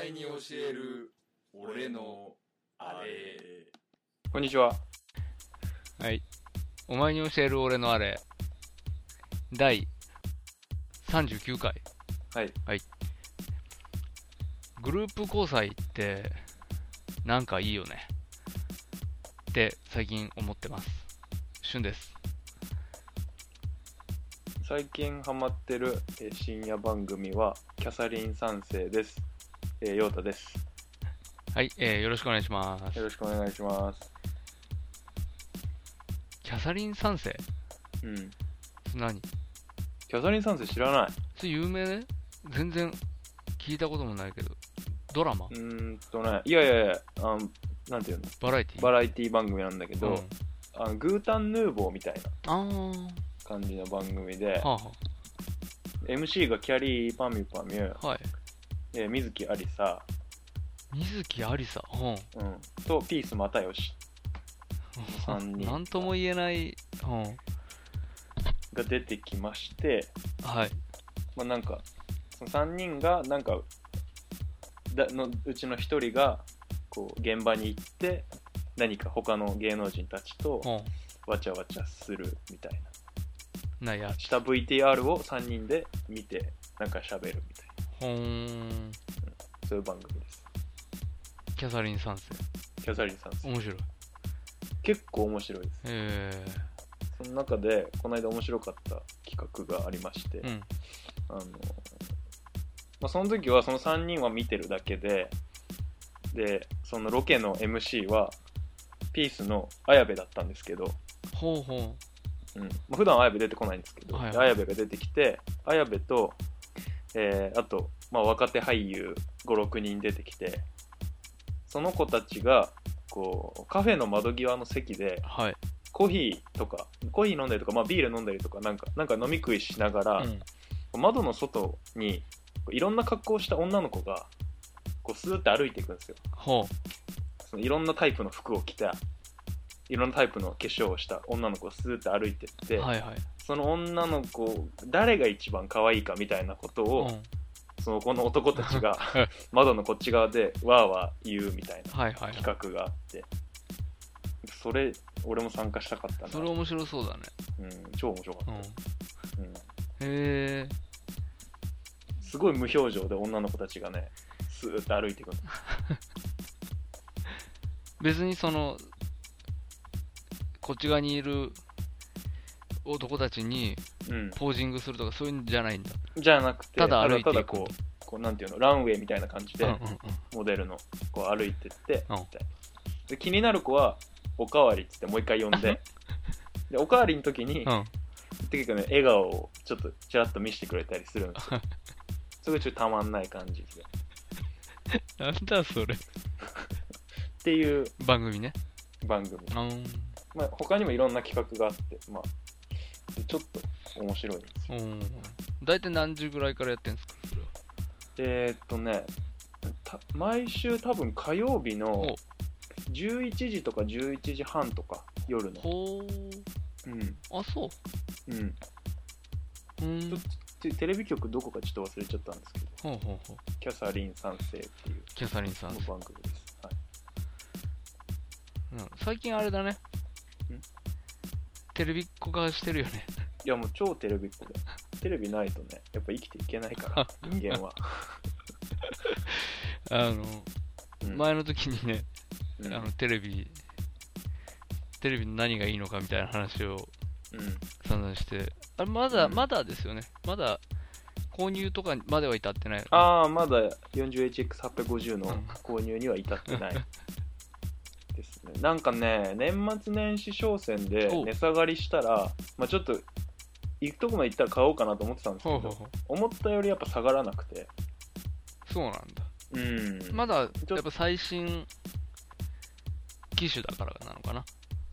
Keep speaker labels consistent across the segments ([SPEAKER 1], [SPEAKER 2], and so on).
[SPEAKER 1] える俺のあれ
[SPEAKER 2] こんにちは。
[SPEAKER 3] はい。お前に教える俺のあれ、第39回。
[SPEAKER 2] はい。
[SPEAKER 3] グループ交際って、なんかいいよね。って最近思ってます。しゅんです。
[SPEAKER 2] 最近ハマってるえー深夜番組は、キャサリン三世です。えー、ヨータです。
[SPEAKER 3] はい、えー、よろしくお願いします
[SPEAKER 2] よ。ろしくお願いします。
[SPEAKER 3] キャサリン三世
[SPEAKER 2] うん。
[SPEAKER 3] それ何
[SPEAKER 2] キャサリン三世知らない。
[SPEAKER 3] それ有名ね全然聞いたこともないけど。ドラマ
[SPEAKER 2] うーんとね、いやいやいや、あんなんていうの、
[SPEAKER 3] バラエティ
[SPEAKER 2] バラエティ番組なんだけど、
[SPEAKER 3] うん
[SPEAKER 2] あのグータンヌーボーみたいな
[SPEAKER 3] あ
[SPEAKER 2] 感じの番組で
[SPEAKER 3] あ、、はあは
[SPEAKER 2] MC がキャリーパミュパミュ、
[SPEAKER 3] あ、はい。
[SPEAKER 2] で水木ありさ、
[SPEAKER 3] 水木ありさ、う
[SPEAKER 2] うん、とピース又吉三
[SPEAKER 3] ん。
[SPEAKER 2] 人
[SPEAKER 3] なんとも言えない、うん。
[SPEAKER 2] が出てきまして、
[SPEAKER 3] はい。
[SPEAKER 2] まあ、なんかその3人がなんかだのうちの1人がこう現場に行って何か他の芸能人たちと
[SPEAKER 3] うん。
[SPEAKER 2] わちゃわちゃするみたいな
[SPEAKER 3] なんや。
[SPEAKER 2] した VTR を3人で見てなんか喋るみたい
[SPEAKER 3] ほーん。
[SPEAKER 2] なそういう番組です
[SPEAKER 3] キャサリン三世。
[SPEAKER 2] キャサリンさんです
[SPEAKER 3] 面白い。
[SPEAKER 2] 結構面白いです
[SPEAKER 3] え
[SPEAKER 2] その中でこの間面白かった企画がありまして、
[SPEAKER 3] えうん。
[SPEAKER 2] あの、まあ、その時はその3人は見てるだけで、で、そのロケの MC は、ピースの綾部だったんですけど、
[SPEAKER 3] ほうほ
[SPEAKER 2] うんまあ、普段綾部出てこないんですけど、
[SPEAKER 3] はいはい
[SPEAKER 2] で綾部が出てきて、綾部と、えーあと、まあ、若手俳優5、6人出てきて、その子たちが、こう、カフェの窓際の席で
[SPEAKER 3] う。、はい。
[SPEAKER 2] コーヒーとか、コーヒー飲んだりとか、まあ、ビール飲んだりとか、なんか、なんか飲み食いしながら、
[SPEAKER 3] うん。
[SPEAKER 2] 窓の外にいろんな格好をした女の子がこうスーッて歩いていくんですよ
[SPEAKER 3] ほ
[SPEAKER 2] そのいろんなタイプの服を着たいろんなタイプの化粧をした女の子がスーッて歩いてって、
[SPEAKER 3] う。はいはい。
[SPEAKER 2] その女の子誰が一番可愛いかみたいなこと
[SPEAKER 3] う
[SPEAKER 2] を、
[SPEAKER 3] ん。
[SPEAKER 2] そのこの男たち が窓のこっち側でわーわー言うみたいな
[SPEAKER 3] はいはい。
[SPEAKER 2] 企画があってそれ俺も参加したかった
[SPEAKER 3] そ
[SPEAKER 2] な
[SPEAKER 3] れ、面白そうだね。
[SPEAKER 2] うん、超面白かっ
[SPEAKER 3] うん。
[SPEAKER 2] た、うん、
[SPEAKER 3] へえ。
[SPEAKER 2] すごい無表情で女の子たちがねスーッて歩いていくの
[SPEAKER 3] 別にその、こっち側にいる男たちに
[SPEAKER 2] うん
[SPEAKER 3] ポージングするとかそういうんじゃないんだ。
[SPEAKER 2] じゃなくて、
[SPEAKER 3] ただ歩いて
[SPEAKER 2] た
[SPEAKER 3] いく
[SPEAKER 2] だこう、こうなんていうの、ランウェイみたいな感じ
[SPEAKER 3] うんうん
[SPEAKER 2] で、モデルの、こう歩いてって、みた
[SPEAKER 3] うん
[SPEAKER 2] いな。で、気になる子は、おかわりっつってもう一回呼んで、で、おかわりの時に
[SPEAKER 3] う、ん。うん。
[SPEAKER 2] 結構ね、笑顔をちょっとちらっと見せてくれたりするんですよ。すごいちょっとたまんない感じで。っ
[SPEAKER 3] なんだそれ。
[SPEAKER 2] ていう
[SPEAKER 3] 番組ね。
[SPEAKER 2] 番組。
[SPEAKER 3] うん。
[SPEAKER 2] まあ、他にもいろんな企画があって、まあ、ちょっと面白いんですよ。
[SPEAKER 3] うん。大体何時ぐらいからやってんですかそれは。
[SPEAKER 2] えーっとね、た毎週多分火曜日の
[SPEAKER 3] ほ、
[SPEAKER 2] 11時とか11時半とか夜の
[SPEAKER 3] ほう。
[SPEAKER 2] うん
[SPEAKER 3] あ、そう。
[SPEAKER 2] うん
[SPEAKER 3] うん
[SPEAKER 2] ちょ。てテレビ局どこかちょっと忘れちゃったんですけど
[SPEAKER 3] ほうほうほう。
[SPEAKER 2] キャサリン三世っていう
[SPEAKER 3] キャサリンさん
[SPEAKER 2] この。番組です、はい、
[SPEAKER 3] うん最近あれだね
[SPEAKER 2] ん
[SPEAKER 3] テレビっ子化してるよね
[SPEAKER 2] いやもう超テレビっ子でテレビないとねやっぱ生きていけない から人間は、
[SPEAKER 3] あの、
[SPEAKER 2] うん
[SPEAKER 3] 前の時にね、
[SPEAKER 2] うん
[SPEAKER 3] あのテレビテレビの何がいいのかみたいな話を
[SPEAKER 2] うん
[SPEAKER 3] 散々してあれまだ、
[SPEAKER 2] うん
[SPEAKER 3] まだですよねまだ購入とかまでは至ってないあ
[SPEAKER 2] ああまだ 40HX850 の
[SPEAKER 3] うん
[SPEAKER 2] 購入には至ってないですねなんかね年末年始商戦で
[SPEAKER 3] お
[SPEAKER 2] 値下がりしたら、まあ、ちょっと行くとこまで行ったら買おうかなと思ってたんですけど
[SPEAKER 3] ほうほうほ
[SPEAKER 2] 思ったよりやっぱ下がらなくて
[SPEAKER 3] うそうなんだ
[SPEAKER 2] うん
[SPEAKER 3] まだや
[SPEAKER 2] ょ
[SPEAKER 3] っぱ最新機種だからなのかな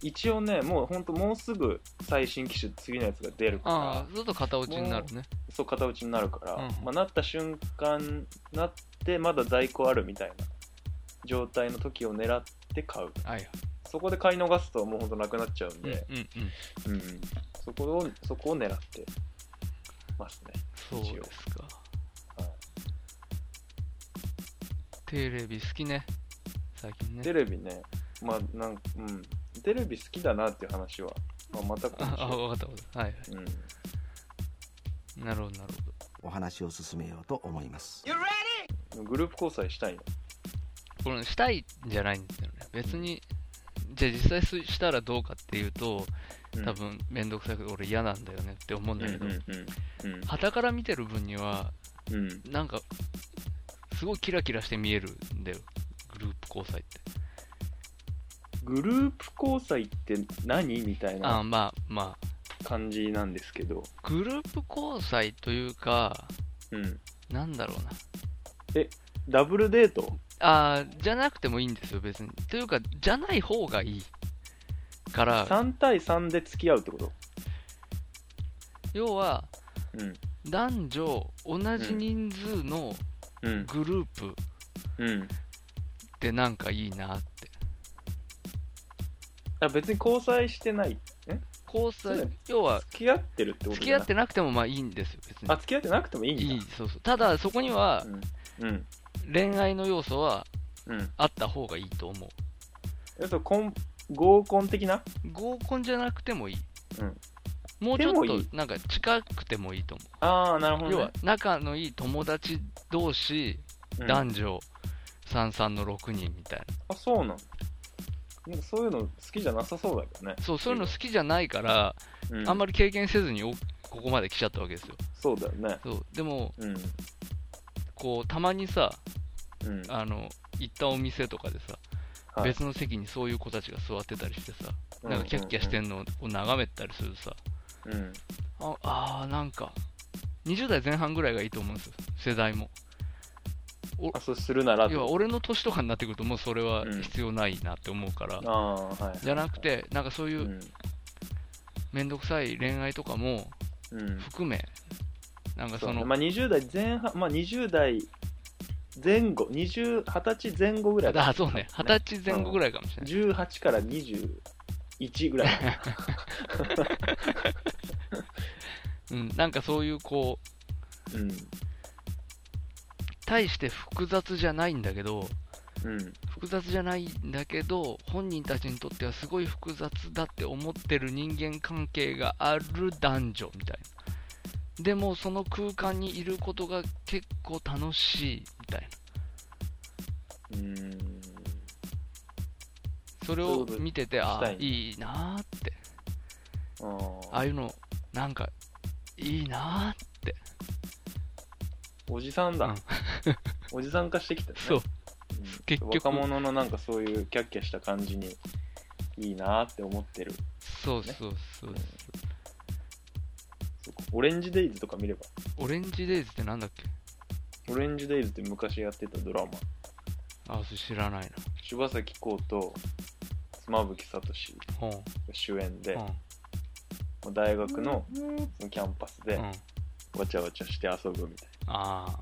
[SPEAKER 2] 一応ねもうほんともうすぐ最新機種次のやつが出るから
[SPEAKER 3] ああちょっと片落ちになるね
[SPEAKER 2] そう片打ちになるから、
[SPEAKER 3] うん
[SPEAKER 2] まあ、なった瞬間なってまだ在庫あるみたいな状態の時を狙って買う
[SPEAKER 3] はいはい
[SPEAKER 2] そこで買い逃すともうほんとなくなっちゃうん
[SPEAKER 3] うんうん
[SPEAKER 2] で、
[SPEAKER 3] うん
[SPEAKER 2] うんそこをそこを狙ってますね
[SPEAKER 3] そうですか
[SPEAKER 2] はい。
[SPEAKER 3] テレビ好きね。最近ね。
[SPEAKER 2] テレビね、まあなんか、うん、テレビ好きだなっていう話は、まあ、また今
[SPEAKER 3] あ、あ、
[SPEAKER 2] 週、
[SPEAKER 3] わかったわかった。はいは
[SPEAKER 2] うん、
[SPEAKER 3] い。なるほど、なるほど。
[SPEAKER 4] お話を進めようと思います
[SPEAKER 2] グループ交際したいの
[SPEAKER 3] これしたいんじゃないんですよね。別に、じゃあ実際すしたらどうかっていうと、
[SPEAKER 2] うん
[SPEAKER 3] 多分めんどくさくて俺嫌なんだよねって思うんだけど、
[SPEAKER 2] うんうん
[SPEAKER 3] 旗から見てる分には、
[SPEAKER 2] うんうんうん
[SPEAKER 3] なんか、すごいキラキラして見えるんだよ。グループ交際って。
[SPEAKER 2] グループ交際って何みたい
[SPEAKER 3] あ
[SPEAKER 2] な
[SPEAKER 3] まあまあ、
[SPEAKER 2] 感じなんですけど、
[SPEAKER 3] グループ交際というか、
[SPEAKER 2] うん、
[SPEAKER 3] なんだろうな。
[SPEAKER 2] ダブルデート
[SPEAKER 3] あーじゃなくてもいいんですよ、別に。というか、じゃない方がいい。から、
[SPEAKER 2] 3対3で付き合うってこと、
[SPEAKER 3] 要は、
[SPEAKER 2] うん
[SPEAKER 3] 男女同じ人数の
[SPEAKER 2] うん
[SPEAKER 3] グループ
[SPEAKER 2] うん、
[SPEAKER 3] ってなんかいいなって。
[SPEAKER 2] あ別に交際してない
[SPEAKER 3] 交
[SPEAKER 2] そうだ
[SPEAKER 3] 際
[SPEAKER 2] ね、
[SPEAKER 3] 要は、
[SPEAKER 2] 付き合ってるってこと
[SPEAKER 3] 付き合って
[SPEAKER 2] な
[SPEAKER 3] なくてもまあいいんですよ、別
[SPEAKER 2] あ
[SPEAKER 3] に。
[SPEAKER 2] 付き合ってなくてもいいんだ
[SPEAKER 3] いい、そうそう。ただ、そこには、
[SPEAKER 2] うん
[SPEAKER 3] 恋愛の要素は
[SPEAKER 2] うん
[SPEAKER 3] あった方がいいと思う。
[SPEAKER 2] えっとコン合コン的な
[SPEAKER 3] 合コンじゃなくてもいい。
[SPEAKER 2] うん
[SPEAKER 3] もうちょっ
[SPEAKER 2] でもい
[SPEAKER 3] と、なんか近くてもいいと思
[SPEAKER 2] ああなる
[SPEAKER 3] う。
[SPEAKER 2] ほど、ね、
[SPEAKER 3] 要は、仲のいい友達同士、
[SPEAKER 2] うん
[SPEAKER 3] 男女33の6人みたい
[SPEAKER 2] あそうなのなんかそういうの好きじゃなさそうだけどね
[SPEAKER 3] なそうそういうの好きじゃないから、あんま
[SPEAKER 2] り
[SPEAKER 3] り経験せずにおここまで来ちゃったわけですよ
[SPEAKER 2] そうだよね
[SPEAKER 3] そうでも
[SPEAKER 2] うん
[SPEAKER 3] こうたまにさ
[SPEAKER 2] うん
[SPEAKER 3] あの行ったお店とかでさ、
[SPEAKER 2] はい
[SPEAKER 3] 別の席にそういう子たちが座ってたりしてさなんかキャッキャしてんのを眺めたりするとさ
[SPEAKER 2] うんうん
[SPEAKER 3] ああーなんか20代前半ぐらいがいいと思うんですよ世代も
[SPEAKER 2] あそうするなら
[SPEAKER 3] 要は
[SPEAKER 2] と
[SPEAKER 3] 俺の年とかになってくるともうそれは
[SPEAKER 2] うん
[SPEAKER 3] 必要ないなって思うから、
[SPEAKER 2] ああはい
[SPEAKER 3] じゃなくてなんかそういううんめんどくさい恋愛とかも
[SPEAKER 2] うん
[SPEAKER 3] 含め、なんか
[SPEAKER 2] そ
[SPEAKER 3] その、
[SPEAKER 2] のまあ20代前半まあ20代前後20 20歳前後ぐらい
[SPEAKER 3] あ、そうね、二十歳前後ぐらいかもしれない。
[SPEAKER 2] 18から21ぐらい
[SPEAKER 3] うん、なんかそういう、こう、
[SPEAKER 2] うん
[SPEAKER 3] 対して複雑じゃないんだけど、
[SPEAKER 2] うん
[SPEAKER 3] 複雑じゃないんだけど、本人たちにとってはすごい複雑だって思ってる人間関係がある男女みたいな。でも、その空間にいることが結構楽しいみたいな。
[SPEAKER 2] うん
[SPEAKER 3] それを見てて、あ
[SPEAKER 2] した
[SPEAKER 3] あ、
[SPEAKER 2] いね
[SPEAKER 3] いいなーって。
[SPEAKER 2] あー
[SPEAKER 3] ああいうの、なんか、いいなーって。
[SPEAKER 2] おじさん
[SPEAKER 3] う
[SPEAKER 2] だ
[SPEAKER 3] ん、
[SPEAKER 2] おじさん化してきたね
[SPEAKER 3] そう。
[SPEAKER 2] うん
[SPEAKER 3] 結局
[SPEAKER 2] 若者のなんかそういうキャッキャした感じにいいなーって思ってる
[SPEAKER 3] そうそうそう。
[SPEAKER 2] そうかオレンジデイズとか見れば
[SPEAKER 3] オレンジデイズってなんだっけ
[SPEAKER 2] オレンジデイズって昔やってたドラマ
[SPEAKER 3] あ、それ知らないな。
[SPEAKER 2] 柴咲コウと妻夫木聡
[SPEAKER 3] うん。
[SPEAKER 2] が主演で、
[SPEAKER 3] うん。
[SPEAKER 2] まあ大学のそのキャンパスで
[SPEAKER 3] うん。
[SPEAKER 2] わちゃわちゃして遊ぶみたい
[SPEAKER 3] あ
[SPEAKER 2] な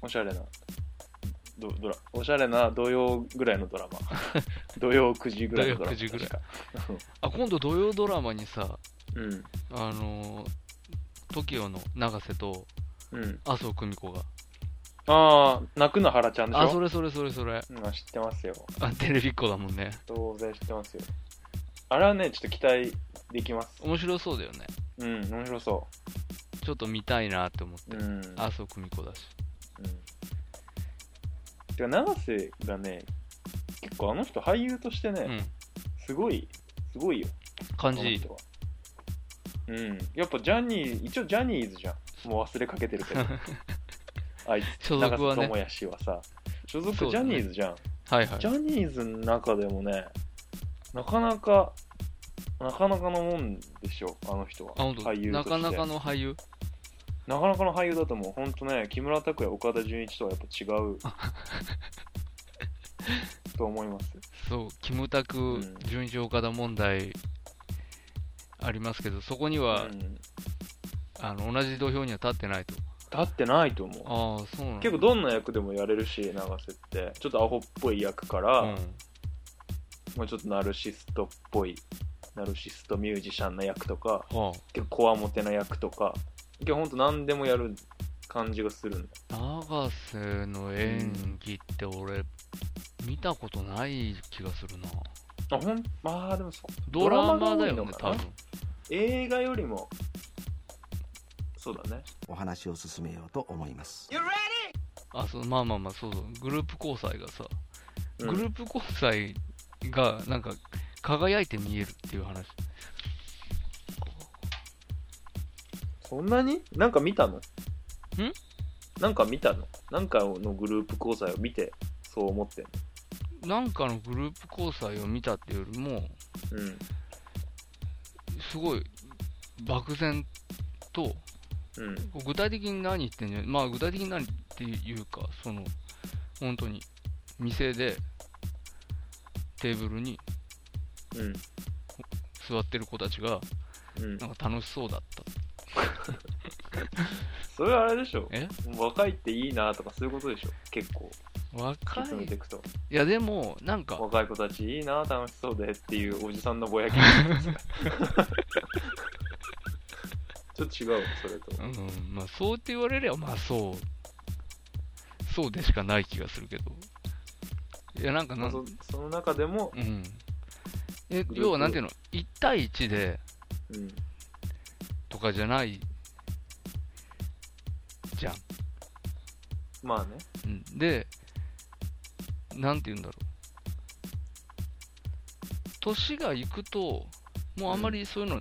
[SPEAKER 2] おしゃれなどドラおしゃれな土曜ぐらいのドラ マ土曜9時ぐらいのドラマ
[SPEAKER 3] 土曜9時ぐらい
[SPEAKER 2] 確か
[SPEAKER 3] あ。あ、今度土曜ドラマにさ、
[SPEAKER 2] うん
[SPEAKER 3] あのー、TOKIO の永瀬と
[SPEAKER 2] うん
[SPEAKER 3] 麻生久美子が。
[SPEAKER 2] ああ泣くの原ちゃんでしょ
[SPEAKER 3] あ、それそれそれそれ。
[SPEAKER 2] うん知ってますよ
[SPEAKER 3] あ、テレビっ子だもんね。
[SPEAKER 2] 当然知ってますよあれはねちょっと期待できます
[SPEAKER 3] 面白そうだよね。
[SPEAKER 2] うん面白そ
[SPEAKER 3] ちょっと見たいなって思って。
[SPEAKER 2] ううん
[SPEAKER 3] 麻生久美子だし。
[SPEAKER 2] うんてか永瀬がね結構あの人俳優としてね、
[SPEAKER 3] うん。
[SPEAKER 2] すごいすごいよ
[SPEAKER 3] 感じいい
[SPEAKER 2] あの人はうんやっぱジャニー一応ジャニーズじゃんもう忘れかけてるけ どあいつ
[SPEAKER 3] 所属はね
[SPEAKER 2] 永瀬智也氏はさ所属ジ
[SPEAKER 3] そうだ
[SPEAKER 2] ャ
[SPEAKER 3] ね
[SPEAKER 2] ニーズじゃん、
[SPEAKER 3] はいはい
[SPEAKER 2] ジ。ャニーズの中でもねなかなかなかなかのもんでしょあの人は
[SPEAKER 3] あ、ほんと、
[SPEAKER 2] 俳優とし
[SPEAKER 3] な
[SPEAKER 2] て
[SPEAKER 3] かなかの俳優。
[SPEAKER 2] なかなかの俳優だと思う。ほんとね、木村拓哉、岡田准一とはやっぱ違 う。と思います。
[SPEAKER 3] そう、キムタク
[SPEAKER 2] ん、
[SPEAKER 3] 順位岡田問題ありますけど、そこには
[SPEAKER 2] う、ん、立
[SPEAKER 3] あの、同じ土俵には立ってないと。
[SPEAKER 2] ってないと思う。
[SPEAKER 3] ああ、そうなんだ
[SPEAKER 2] 結構どんな役でもやれるし、永瀬って。ちょっとアホっぽい役から、
[SPEAKER 3] うん。
[SPEAKER 2] もうちょっとナルシストっぽい、ナルシストミュージシャンの役とか、
[SPEAKER 3] は
[SPEAKER 2] 結構こわもてな役とか、結構ほんと何でもやる感じがするんだ
[SPEAKER 3] 永瀬の演技って俺、見たことない気がするな。
[SPEAKER 2] あほんまあでもそ
[SPEAKER 3] ドラマだ
[SPEAKER 2] ドラマが多いの
[SPEAKER 3] よね、
[SPEAKER 2] か
[SPEAKER 3] 多
[SPEAKER 2] な
[SPEAKER 3] 分。
[SPEAKER 2] 映画よりもそうだね
[SPEAKER 4] お話を進めようと思います
[SPEAKER 3] あ、そう、まあまあまあ、そうそう。グループ交際がさ、
[SPEAKER 2] う
[SPEAKER 3] グ
[SPEAKER 2] ん
[SPEAKER 3] ループ交際が、なんか、輝いて見えるっていう話。
[SPEAKER 2] そんなになんか見たのんなんか見たのなんかのグループ交際を見てそう思ってん
[SPEAKER 3] なんかのグループ交際を見たっていうよりも、
[SPEAKER 2] のうん
[SPEAKER 3] すごい、漠然と、
[SPEAKER 2] うん
[SPEAKER 3] 具体的に何言ってんじゃんまあ具体的に何っていうかその本当に店でテーブルに
[SPEAKER 2] うん
[SPEAKER 3] 座ってる子たちが
[SPEAKER 2] うん
[SPEAKER 3] なんか楽しそうだった
[SPEAKER 2] それはあれでしょ
[SPEAKER 3] え
[SPEAKER 2] 若いっていいなとかそういうことでしょ結構
[SPEAKER 3] 若
[SPEAKER 2] 進め
[SPEAKER 3] い
[SPEAKER 2] ていくと
[SPEAKER 3] いやでもなんか
[SPEAKER 2] 若い子たちいいな楽しそうでっていうおじさんのぼ やきちょっと違うわそれと
[SPEAKER 3] うんまあそうって言われればまあそうそうでしかない気がするけどいやなんか
[SPEAKER 2] ま
[SPEAKER 3] な
[SPEAKER 2] あ
[SPEAKER 3] ん
[SPEAKER 2] そその中でも、
[SPEAKER 3] うんえ
[SPEAKER 2] プ
[SPEAKER 3] 要はなんていうの1対1で
[SPEAKER 2] うん、
[SPEAKER 3] とかじゃないじゃん
[SPEAKER 2] まあね
[SPEAKER 3] うんで、なんて言うんだろう。年がいくと、もうあんまりそういうの、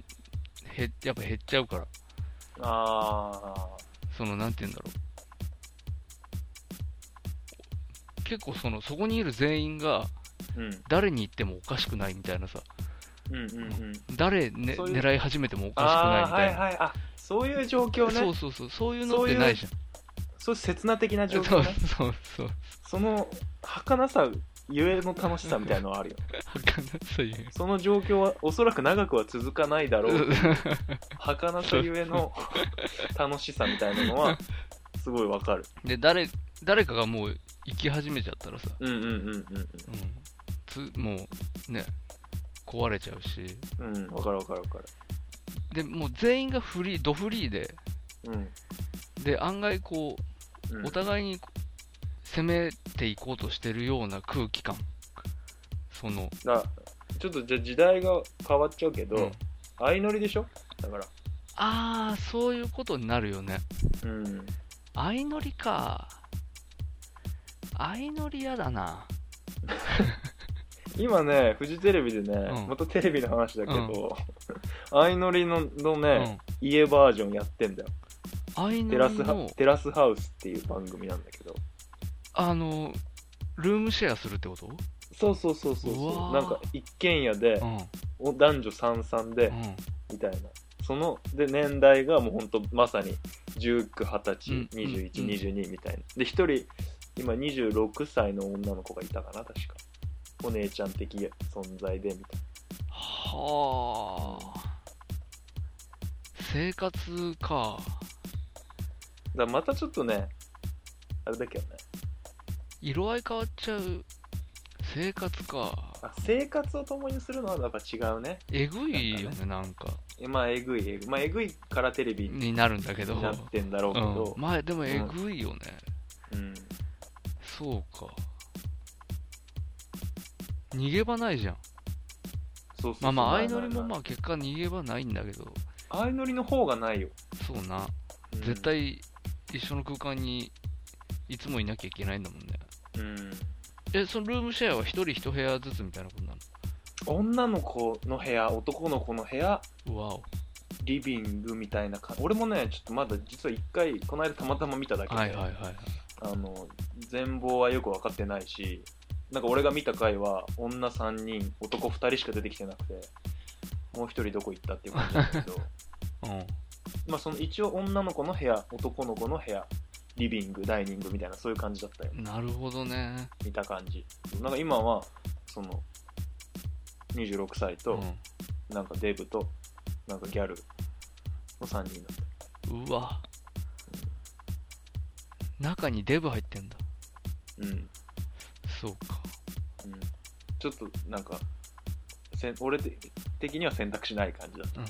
[SPEAKER 3] へやっぱ減っちゃうから、
[SPEAKER 2] あ
[SPEAKER 3] その、なんて言うんだろう。結構その、そこにいる全員が、
[SPEAKER 2] ーうん
[SPEAKER 3] 誰に行ってもおかしくないみたいなさ、
[SPEAKER 2] うんうんうん
[SPEAKER 3] 誰、ね、
[SPEAKER 2] そういう
[SPEAKER 3] 狙い始めてもおかしくない
[SPEAKER 2] あ
[SPEAKER 3] み
[SPEAKER 2] あは
[SPEAKER 3] た
[SPEAKER 2] い
[SPEAKER 3] いな。
[SPEAKER 2] はいあそういう状況ね
[SPEAKER 3] そ
[SPEAKER 2] そう
[SPEAKER 3] うそうそう、そういうのっ
[SPEAKER 2] そうい
[SPEAKER 3] て
[SPEAKER 2] う
[SPEAKER 3] ないじゃん。
[SPEAKER 2] いう刹那的な
[SPEAKER 3] そ
[SPEAKER 2] 状
[SPEAKER 3] うそ
[SPEAKER 2] 況
[SPEAKER 3] う
[SPEAKER 2] ね
[SPEAKER 3] そうそう。
[SPEAKER 2] その儚さゆえの楽しさみたいのはあるよ
[SPEAKER 3] そういう。
[SPEAKER 2] その状況はおそらく長くは続かないだろう儚さゆえの楽しさみたいなのはすごいわかる
[SPEAKER 3] で、誰、誰かがもう行き始めちゃったらさ、
[SPEAKER 2] うんうんうん
[SPEAKER 3] うん、つもうね壊れちゃうし
[SPEAKER 2] うんうんうんわかるわかるわかる
[SPEAKER 3] でもう全員がフリードフリーで
[SPEAKER 2] うん
[SPEAKER 3] で案外こ
[SPEAKER 2] う
[SPEAKER 3] うんお互いに攻めていこうとしてるような空気感その
[SPEAKER 2] だちょっとじゃあ時代が変わっちゃうけど、
[SPEAKER 3] うん
[SPEAKER 2] 相乗りでしょだから
[SPEAKER 3] ああそういうことになるよね
[SPEAKER 2] うん
[SPEAKER 3] 相乗りか相乗りやだな
[SPEAKER 2] 今ねフジテレビでね、
[SPEAKER 3] ん
[SPEAKER 2] またテレビの話だけど、相乗りののね、家バージョンやってんだよ
[SPEAKER 3] 相
[SPEAKER 2] テ
[SPEAKER 3] 乗
[SPEAKER 2] ラ
[SPEAKER 3] り
[SPEAKER 2] スハ
[SPEAKER 3] の
[SPEAKER 2] テラスハウスっていう番組なんだけど
[SPEAKER 3] あのルームシェアするってこと
[SPEAKER 2] そうそうそうそう
[SPEAKER 3] う
[SPEAKER 2] そう
[SPEAKER 3] わー
[SPEAKER 2] なんか一軒家で
[SPEAKER 3] う、ん
[SPEAKER 2] お男女三々で、
[SPEAKER 3] うん
[SPEAKER 2] みたいなそので年代がもうほんとまさに1920歳、
[SPEAKER 3] うんうんうん
[SPEAKER 2] 2122みたいなで一人今26歳の女の子がいたかな確かお姉ちゃん的存在でみたい
[SPEAKER 3] はあ生活か
[SPEAKER 2] なだからまたちょっとねあれだけどね
[SPEAKER 3] 色合い変わっちゃう生活か
[SPEAKER 2] あ生活を共にするのはやっぱ違うね
[SPEAKER 3] えぐいよねなんか
[SPEAKER 2] えまあえぐいえぐいまあえぐいからテレビに
[SPEAKER 3] になるんだけど
[SPEAKER 2] なってんだろうけど
[SPEAKER 3] うん、まあでもえぐいよね、
[SPEAKER 2] うん
[SPEAKER 3] そうか逃げ場ないじゃん
[SPEAKER 2] そうそうそう
[SPEAKER 3] まあまあ相乗り
[SPEAKER 2] ないない
[SPEAKER 3] も
[SPEAKER 2] ない
[SPEAKER 3] まあ結果逃げ場ないんだけど
[SPEAKER 2] 相乗りの方がないよ、
[SPEAKER 3] そうな、
[SPEAKER 2] うん
[SPEAKER 3] 絶対一緒の空間にいつもいなきゃいけないんだもんね
[SPEAKER 2] うん
[SPEAKER 3] えそのルームシェアは一人一部屋ずつみたいなことな
[SPEAKER 2] 女の子の部屋男の子の部屋
[SPEAKER 3] のわお
[SPEAKER 2] リビングみたいな感じ俺もねちょっとまだ実は一回この間たまたま見ただけで、
[SPEAKER 3] はいはいはいはい
[SPEAKER 2] あの全貌はよく分かってないしなんか俺が見た回は女3人男2人しか出てきてなくてもう1人どこ行ったっていう感じなんだけど
[SPEAKER 3] うん
[SPEAKER 2] まあその一応女の子の部屋男の子の部屋リビングダイニングみたいなそういう感じだったよ
[SPEAKER 3] なるほどね。
[SPEAKER 2] 見た感じなんか今はその26歳と、なんかデブとなんかギャルの3人だった
[SPEAKER 3] うん、うわ。中にデブ入ってんだ。
[SPEAKER 2] うん
[SPEAKER 3] そうか。
[SPEAKER 2] うんちょっとなんかせん俺て的には選択肢ない感じだっ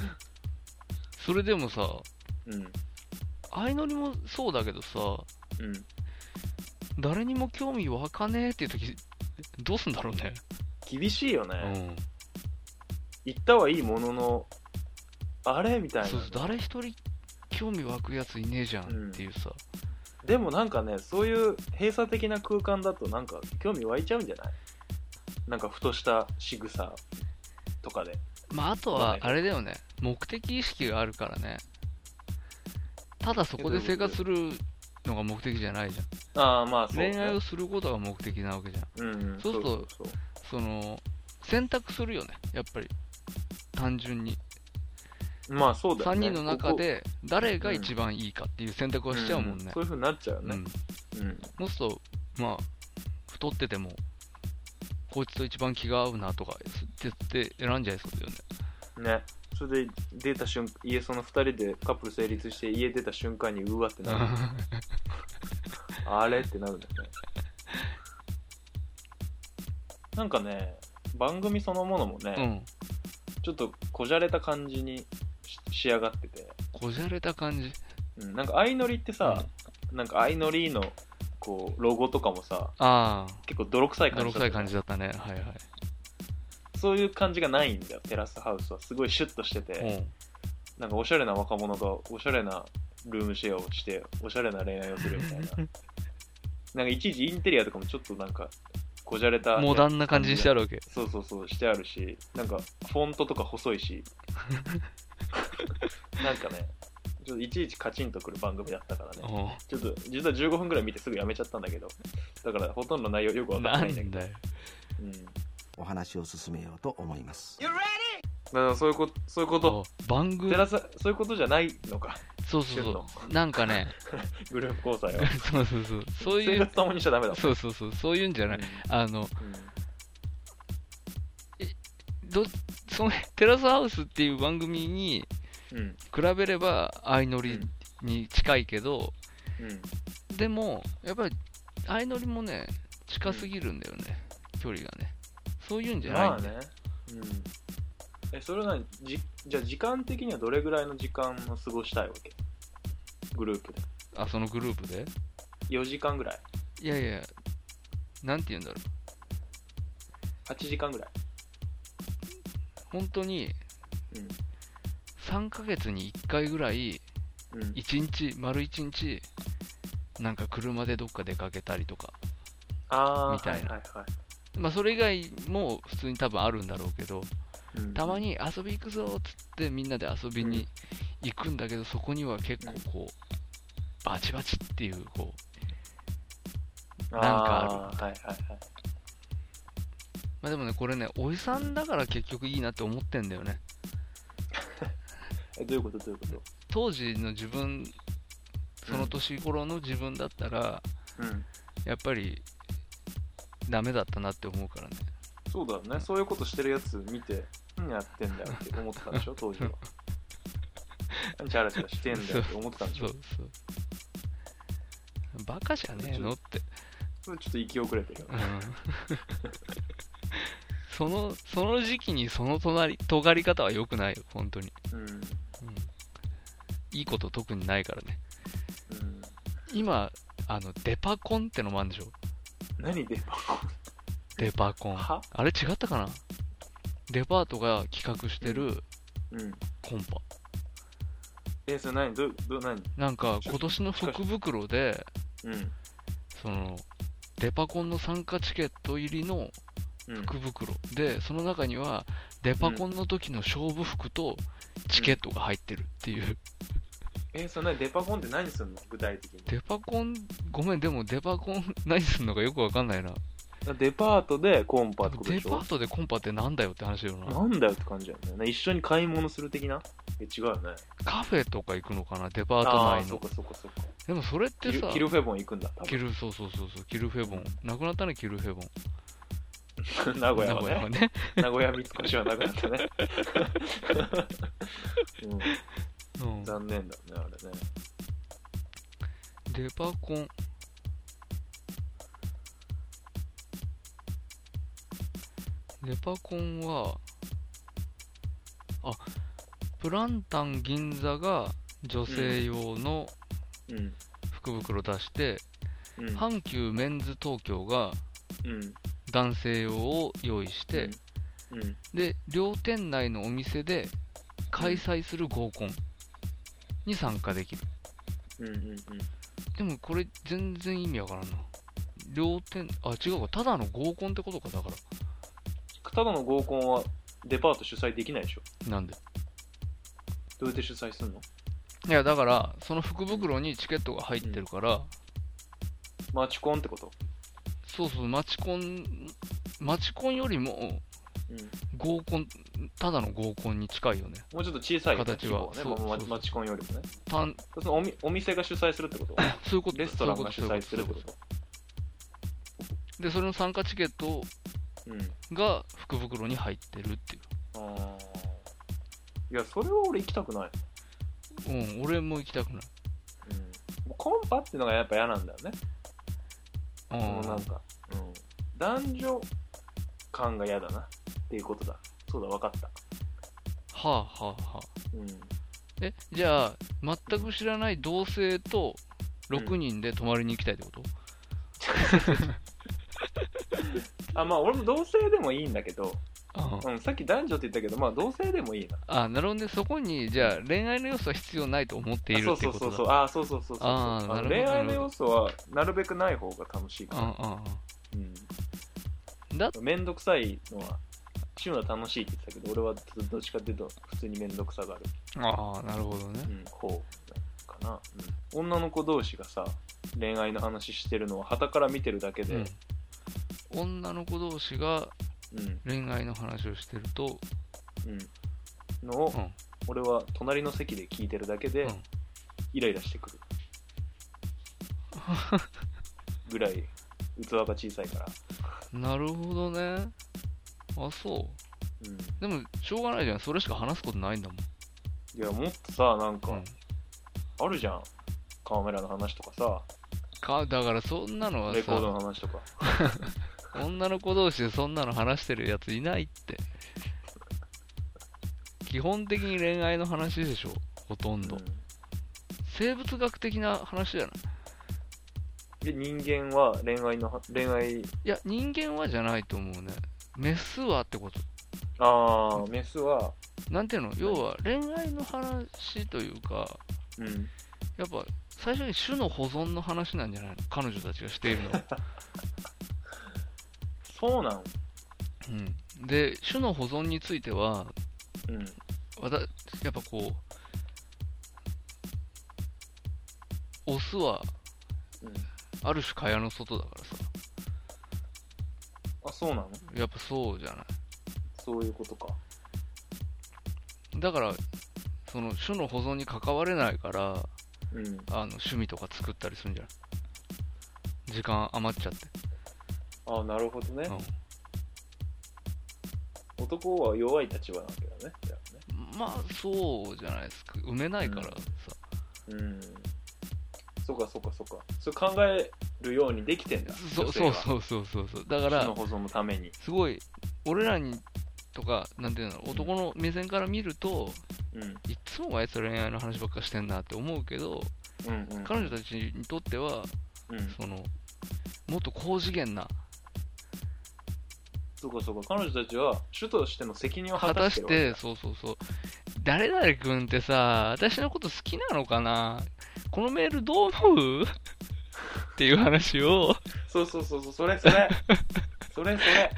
[SPEAKER 3] うんそれでもさ、
[SPEAKER 2] うん
[SPEAKER 3] 相乗りもそうだけどさ、
[SPEAKER 2] うん
[SPEAKER 3] 誰にも興味湧かねえっていう時、どうすんだろうね。
[SPEAKER 2] 厳しいよ
[SPEAKER 3] う
[SPEAKER 2] ね、
[SPEAKER 3] ん。
[SPEAKER 2] 行ったはいいもののあれみたいな
[SPEAKER 3] そうそう、誰一人興味湧くやついねえじゃんっていうさ。
[SPEAKER 2] でもなんかねそういう閉鎖的な空間だとなんか興味湧いちゃうんじゃないなんかふとした仕草とかで
[SPEAKER 3] まあ、あと
[SPEAKER 2] まあ
[SPEAKER 3] は
[SPEAKER 2] ね、
[SPEAKER 3] あれだよね。目的意識があるからね。ただそこで生活するのが目的じゃないじゃん。
[SPEAKER 2] ああまあそう、ね、
[SPEAKER 3] 恋愛をすることが目的なわけじゃん。
[SPEAKER 2] うんうん、
[SPEAKER 3] そうすると
[SPEAKER 2] そうそう
[SPEAKER 3] その、選択するよね。やっぱり。単純に。
[SPEAKER 2] そうまあそうだよ
[SPEAKER 3] 3
[SPEAKER 2] ね
[SPEAKER 3] 人の中で誰が一番いいかっていう選択
[SPEAKER 2] こ
[SPEAKER 3] を
[SPEAKER 2] こ
[SPEAKER 3] しちゃうも
[SPEAKER 2] ん
[SPEAKER 3] んね
[SPEAKER 2] そう。いうふうになっちゃう
[SPEAKER 3] う
[SPEAKER 2] ね
[SPEAKER 3] ん。
[SPEAKER 2] うん、
[SPEAKER 3] そうすると、まあ、太ってても、こいつと一番気が合うなとか、絶対選んじゃいそうだよね。
[SPEAKER 2] ねそれで出た瞬家その2人でカップル成立して家出た瞬間にうわってな るあれってなるんだよねなんかね番組そのものもね、
[SPEAKER 3] うん。
[SPEAKER 2] ちょっとこじゃれた感じにし仕上がってて、
[SPEAKER 3] こじゃれた感じ。
[SPEAKER 2] うん、なんか相乗りってさ、なんか相乗りのこうロゴとかもさ
[SPEAKER 3] あ
[SPEAKER 2] 結構泥臭い
[SPEAKER 3] あ、
[SPEAKER 2] 感
[SPEAKER 3] 泥
[SPEAKER 2] じ
[SPEAKER 3] 臭い感じ
[SPEAKER 2] だ
[SPEAKER 3] だったね。はいは
[SPEAKER 2] そういう感じがないんだよテラスハウスはすごいシュッとしてて、
[SPEAKER 3] い。うん。
[SPEAKER 2] なんかおしゃれな若者がおしゃれなルームシェアをしておしゃれな恋愛をするみたいな なんかいちいちインテリアとかもちょっとなんかこじゃれた
[SPEAKER 3] モダンな感じにしてあるわけ。
[SPEAKER 2] そうそうそうしてあるしなんかフォントとか細いし なんかねちょっといちいちカチンとくる番組だったからね
[SPEAKER 3] う
[SPEAKER 2] ちょっと実は15分ぐらい見てすぐやめちゃったんだけどだからほとんど内容よくわか
[SPEAKER 3] ん。
[SPEAKER 2] ん
[SPEAKER 3] な
[SPEAKER 2] ないんだけ
[SPEAKER 3] ん
[SPEAKER 2] ど
[SPEAKER 3] だよ。
[SPEAKER 2] うん
[SPEAKER 4] お話を進めようと思います
[SPEAKER 2] だからそういうことそういうこと
[SPEAKER 3] そう番組
[SPEAKER 2] テ、ラスそういうことじゃないのか
[SPEAKER 3] そうそう
[SPEAKER 2] 旬
[SPEAKER 3] そ
[SPEAKER 2] の
[SPEAKER 3] う。なんかね、
[SPEAKER 2] グループ交際は
[SPEAKER 3] そうそうそう。そうい
[SPEAKER 2] 生
[SPEAKER 3] う
[SPEAKER 2] 活、ともにしちゃダメだもん
[SPEAKER 3] そうそうそう。そういうんじゃない。あの、
[SPEAKER 2] うんうん
[SPEAKER 3] ど、その、テラスハウスっていう番組に
[SPEAKER 2] うん
[SPEAKER 3] 比べれば相乗りに近いけど、
[SPEAKER 2] うん
[SPEAKER 3] でも、やっぱり相乗りもね、近すぎるんだよね、距離がね。そういうんじゃないん
[SPEAKER 2] まあ
[SPEAKER 3] だよ
[SPEAKER 2] ねうんえそれは何じじゃあ時間的にはどれぐらいの時間を過ごしたいわけグループで
[SPEAKER 3] あ、そのグループで
[SPEAKER 2] 4時間ぐらい
[SPEAKER 3] いやいや、なんて言うんだろう。
[SPEAKER 2] 8時間ぐらい
[SPEAKER 3] 本当に
[SPEAKER 2] うん、
[SPEAKER 3] 3ヶ月に1回ぐらい、
[SPEAKER 2] うん、
[SPEAKER 3] 1日、丸1日、なんか車でどっか出かけたりとか。
[SPEAKER 2] ああ
[SPEAKER 3] みたいな
[SPEAKER 2] はいはいは
[SPEAKER 3] まあ、それ以外も普通に多分あるんだろうけど、
[SPEAKER 2] いうん
[SPEAKER 3] たまに遊び行くぞっつってみんなで遊びに行くんだけど、そこには結構こう、バチバチっていう、こう、なんか
[SPEAKER 2] あーはいはいはい
[SPEAKER 3] まあでもね、これね、おじさんだから結局いいなって思ってんだよね。
[SPEAKER 2] えどういうことどういうこと
[SPEAKER 3] 当時の自分、その年頃の自分だったら、
[SPEAKER 2] うん
[SPEAKER 3] やっぱり、ダメだったなって思うからね。
[SPEAKER 2] そうだよねそういうことしてるやつ見て何やってんだよって思ってたんでしょ当時 は何チャラチャラしてんだよって思ってたんでし
[SPEAKER 3] そ
[SPEAKER 2] ょ
[SPEAKER 3] うそう。バカじゃねえのって。
[SPEAKER 2] それちょっと行き遅れてるよ
[SPEAKER 3] うん その、その時期にその隣、尖り方は良くないよ、本当に。
[SPEAKER 2] うん
[SPEAKER 3] うんいいこと特にないからね。
[SPEAKER 2] うん
[SPEAKER 3] 今、あの、デパコンってのもあるんでしょ
[SPEAKER 2] 何 で
[SPEAKER 3] デパコン。
[SPEAKER 2] は
[SPEAKER 3] あれ違ったかなデパートが企画してる
[SPEAKER 2] うん
[SPEAKER 3] コンパ。
[SPEAKER 2] えそれ何どうどう何
[SPEAKER 3] なんか今年の福袋で、
[SPEAKER 2] うん
[SPEAKER 3] その、デパコンの参加チケット入りの
[SPEAKER 2] うん
[SPEAKER 3] 福袋で、その中にはデパコンの時の勝負服とチケットが入ってるっていう。
[SPEAKER 2] えそれ何デパコンって何すんの具体的に
[SPEAKER 3] デパコン、ごめん、でもデパコン何すんのかよくわかんないな。
[SPEAKER 2] デパートでコンパってこと
[SPEAKER 3] デ
[SPEAKER 2] でし
[SPEAKER 3] パ
[SPEAKER 2] ょ
[SPEAKER 3] ートでコンパってなんだよって話だよな。
[SPEAKER 2] なんだよって感じだよね一緒に買い物する的なえ違うよね
[SPEAKER 3] カフェとか行くのかな、デパー
[SPEAKER 2] ああー
[SPEAKER 3] ト内
[SPEAKER 2] そっ
[SPEAKER 3] の。
[SPEAKER 2] かそっかそっか
[SPEAKER 3] でもそれって
[SPEAKER 2] キル
[SPEAKER 3] さ、
[SPEAKER 2] キルフェボン行くんだ多
[SPEAKER 3] キル、そうそうそうそう、キルフェボン。なくなったね、キルフェボン。
[SPEAKER 2] 分 名古屋は
[SPEAKER 3] 名古屋は
[SPEAKER 2] ね
[SPEAKER 3] ね。
[SPEAKER 2] 名古屋三越はなくな ったね、
[SPEAKER 3] う
[SPEAKER 2] うんん、残念だねあれね
[SPEAKER 3] デパコン。デパコンは、あ、プランタン銀座が女性用の
[SPEAKER 2] うん
[SPEAKER 3] 福袋出して、
[SPEAKER 2] うん
[SPEAKER 3] 阪急メンズ東京が
[SPEAKER 2] うん
[SPEAKER 3] 男性用を用意して、
[SPEAKER 2] うん
[SPEAKER 3] で両店内のお店で開催する合コンに参加できる
[SPEAKER 2] うんうんうん
[SPEAKER 3] でもこれ全然意味わからんな両店あ違うかただの合コンってことかだか
[SPEAKER 2] ただの合コンはデパート主催できないでしょ
[SPEAKER 3] らなんで
[SPEAKER 2] どうやって主催するの
[SPEAKER 3] いやだからその福袋にチケットが入ってるから、
[SPEAKER 2] マチコンってこと
[SPEAKER 3] そうそうマチコンマチコンよりも
[SPEAKER 2] うん
[SPEAKER 3] 合コンただの合コンに近いよね
[SPEAKER 2] もうちょっと小さい
[SPEAKER 3] 形は
[SPEAKER 2] 規模ね、ま
[SPEAKER 3] そう
[SPEAKER 2] あ
[SPEAKER 3] そうそう
[SPEAKER 2] マチコンよりもね
[SPEAKER 3] たん
[SPEAKER 2] そのおみお店が主催するってこと
[SPEAKER 3] そういうこと
[SPEAKER 2] レストランが主
[SPEAKER 3] そういう
[SPEAKER 2] 催
[SPEAKER 3] こと
[SPEAKER 2] するって
[SPEAKER 3] そう
[SPEAKER 2] こ
[SPEAKER 3] いうことでそれの参加チケット
[SPEAKER 2] うん
[SPEAKER 3] が福袋に入ってるっていう
[SPEAKER 2] あーいやそれは俺行きたくない、
[SPEAKER 3] うん、俺も行きたくない。
[SPEAKER 2] うん、もうコンパっていうのがやっぱ嫌なんだよね
[SPEAKER 3] あ
[SPEAKER 2] そのなん
[SPEAKER 3] ー
[SPEAKER 2] か、うん、男女感が嫌だなっていうことだそうだ分かった、
[SPEAKER 3] はあはあはあ。
[SPEAKER 2] うん、
[SPEAKER 3] え、じゃあ、全く知らない同性と6人で泊まりに行きたいってこと、
[SPEAKER 2] あまあ俺も同性でもいいんだけど、
[SPEAKER 3] あー
[SPEAKER 2] うん、さっき男女って言ったけどまあ同性でもいいな
[SPEAKER 3] あ、なるほどね。そこに、じゃあ、恋愛の要素は必要ないと思っているっていうことだ。
[SPEAKER 2] そうそうそうそうあーそうそうそうそう
[SPEAKER 3] あー
[SPEAKER 2] あの
[SPEAKER 3] なるほど
[SPEAKER 2] 恋愛の要素はなるべくない方が楽しいか
[SPEAKER 3] う
[SPEAKER 2] ら
[SPEAKER 3] んうん
[SPEAKER 2] うん
[SPEAKER 3] うん。だ
[SPEAKER 2] 面倒くさいのはチュンは楽しいって言ってたけど俺はどっちかっていうと普通に面倒くさがある、
[SPEAKER 3] ああ、なるほどね
[SPEAKER 2] う。ん、方かな、うん女の子同士がさ恋愛の話してるのは傍から見てるだけで、
[SPEAKER 3] うん。女の子同士が
[SPEAKER 2] うん
[SPEAKER 3] 恋愛の話をしてると、
[SPEAKER 2] うん、のを
[SPEAKER 3] うん。
[SPEAKER 2] 俺は隣の席で聞いてるだけで
[SPEAKER 3] うん
[SPEAKER 2] イライラして くるぐらい器が小さいから、
[SPEAKER 3] なるほどね。あ、そ
[SPEAKER 2] う
[SPEAKER 3] う。
[SPEAKER 2] ん、
[SPEAKER 3] でも、しょうがないじゃん。それしか話すことないんだもん。
[SPEAKER 2] いやもっとさなん
[SPEAKER 3] う
[SPEAKER 2] か
[SPEAKER 3] ん
[SPEAKER 2] あるじゃん、カメラの話とかさ
[SPEAKER 3] かだからそんなのは
[SPEAKER 2] レコード
[SPEAKER 3] さ
[SPEAKER 2] の話とか
[SPEAKER 3] 女の子同士でそんなの話してるやついないって基本的に恋愛の話でしょほとんど、
[SPEAKER 2] うん
[SPEAKER 3] 生物学的な話じゃない
[SPEAKER 2] で人間は恋愛のは恋愛
[SPEAKER 3] いや人間はじゃないと思うねメスはってこと
[SPEAKER 2] ああメスは
[SPEAKER 3] なんていうの要は恋愛の話というか
[SPEAKER 2] うん
[SPEAKER 3] やっぱ最初に種の保存の話なんじゃないの彼女たちがしているのは、
[SPEAKER 2] そうなん
[SPEAKER 3] うん、で種の保存については
[SPEAKER 2] うん
[SPEAKER 3] わたやっぱこうオスは
[SPEAKER 2] うん
[SPEAKER 3] ある種蚊帳の外だからさ
[SPEAKER 2] あそうなの
[SPEAKER 3] やっぱそうじゃな
[SPEAKER 2] そういうことか
[SPEAKER 3] いだからその種の保存に関われないから
[SPEAKER 2] うん
[SPEAKER 3] あの趣味とか作ったりするんじゃない時間余っちゃって、
[SPEAKER 2] ああなるほどね
[SPEAKER 3] う、ん
[SPEAKER 2] 男は弱い立場なわけだねじゃ
[SPEAKER 3] まあそうじゃないですか埋めないからさ、
[SPEAKER 2] あねうんそうかそうかそうかそれ考えるようにできてんだ
[SPEAKER 3] そ
[SPEAKER 2] 女
[SPEAKER 3] う
[SPEAKER 2] 性
[SPEAKER 3] そ
[SPEAKER 2] は
[SPEAKER 3] うそうそうそうそうだか
[SPEAKER 2] 種
[SPEAKER 3] ら
[SPEAKER 2] の保存のために
[SPEAKER 3] すごい俺らにとかなんていうの男の目線から見ると、
[SPEAKER 2] うん
[SPEAKER 3] いつもあいつら恋愛の話ばっかしてんなって思うけど
[SPEAKER 2] うんうん
[SPEAKER 3] 彼女たちにとっては
[SPEAKER 2] うん
[SPEAKER 3] そのもっと高次元な
[SPEAKER 2] そうかそうか彼女たちは主としての責任を
[SPEAKER 3] 果
[SPEAKER 2] 果
[SPEAKER 3] た
[SPEAKER 2] た
[SPEAKER 3] し
[SPEAKER 2] してて
[SPEAKER 3] そうそうそう誰々君ってさ私のこと好きなのかなこのメールどう思う っていう話を
[SPEAKER 2] そうそうそうそうそれそれそれそれ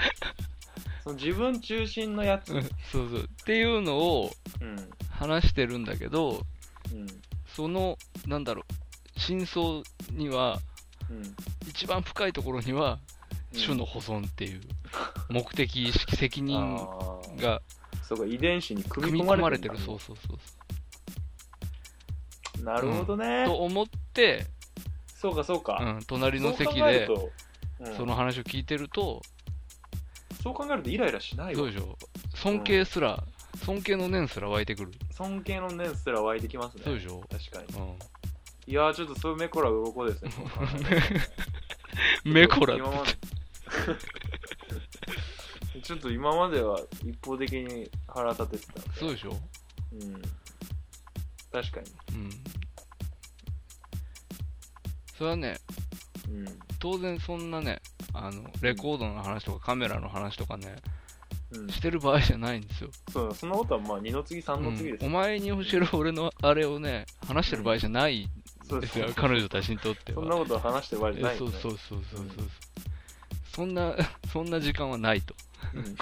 [SPEAKER 2] その自分中心のやつ
[SPEAKER 3] うんそうそうっていうのを
[SPEAKER 2] うん
[SPEAKER 3] 話してるんだけど
[SPEAKER 2] うん
[SPEAKER 3] そのなんだろう真相には
[SPEAKER 2] うん
[SPEAKER 3] 一番深いところには種の保存っていう目的意識責任
[SPEAKER 2] あー
[SPEAKER 3] が
[SPEAKER 2] そうか遺伝子に組
[SPEAKER 3] 組
[SPEAKER 2] み
[SPEAKER 3] み
[SPEAKER 2] 込
[SPEAKER 3] 込ま
[SPEAKER 2] ま
[SPEAKER 3] れ
[SPEAKER 2] れ
[SPEAKER 3] て
[SPEAKER 2] て
[SPEAKER 3] る
[SPEAKER 2] る
[SPEAKER 3] そうそうそう
[SPEAKER 2] うなるほどね、
[SPEAKER 3] と思って、
[SPEAKER 2] そうかそう
[SPEAKER 3] う
[SPEAKER 2] か、
[SPEAKER 3] ん、隣の席
[SPEAKER 2] そう考える
[SPEAKER 3] で
[SPEAKER 2] と、うん
[SPEAKER 3] その話を聞いてると
[SPEAKER 2] そう考えるとイライラしない
[SPEAKER 3] ど
[SPEAKER 2] わ
[SPEAKER 3] うでしょう尊敬すら、尊敬の念すら湧いてくる
[SPEAKER 2] 尊敬の念すら湧いてきますね
[SPEAKER 3] そうでしょ
[SPEAKER 2] 確か
[SPEAKER 3] う、
[SPEAKER 2] にいやーちょっとそういう目こら鱗です ね
[SPEAKER 3] ん、目こら
[SPEAKER 2] 今まで ちょっと今までは一方的に腹立ててたんで
[SPEAKER 3] そうでしょ
[SPEAKER 2] うん確かに。
[SPEAKER 3] うん。それはね、
[SPEAKER 2] うん。
[SPEAKER 3] 当然そんなね、あの、レコードの話とかカメラの話とかね、
[SPEAKER 2] うん、
[SPEAKER 3] してる場合じゃないんですよ。
[SPEAKER 2] そうそのことはまあ二の次三の次です、
[SPEAKER 3] うんお前に教える俺のあれをね、話してる場合じゃない
[SPEAKER 2] そう
[SPEAKER 3] で
[SPEAKER 2] ですす
[SPEAKER 3] よ、彼女たちにとって
[SPEAKER 2] そんな
[SPEAKER 3] は。
[SPEAKER 2] ことは話して終わり
[SPEAKER 3] え
[SPEAKER 2] じゃない
[SPEAKER 3] そ
[SPEAKER 2] ん
[SPEAKER 3] う
[SPEAKER 2] だね
[SPEAKER 3] そうそうそうそう。そんな、そんな時間はないと。
[SPEAKER 2] うん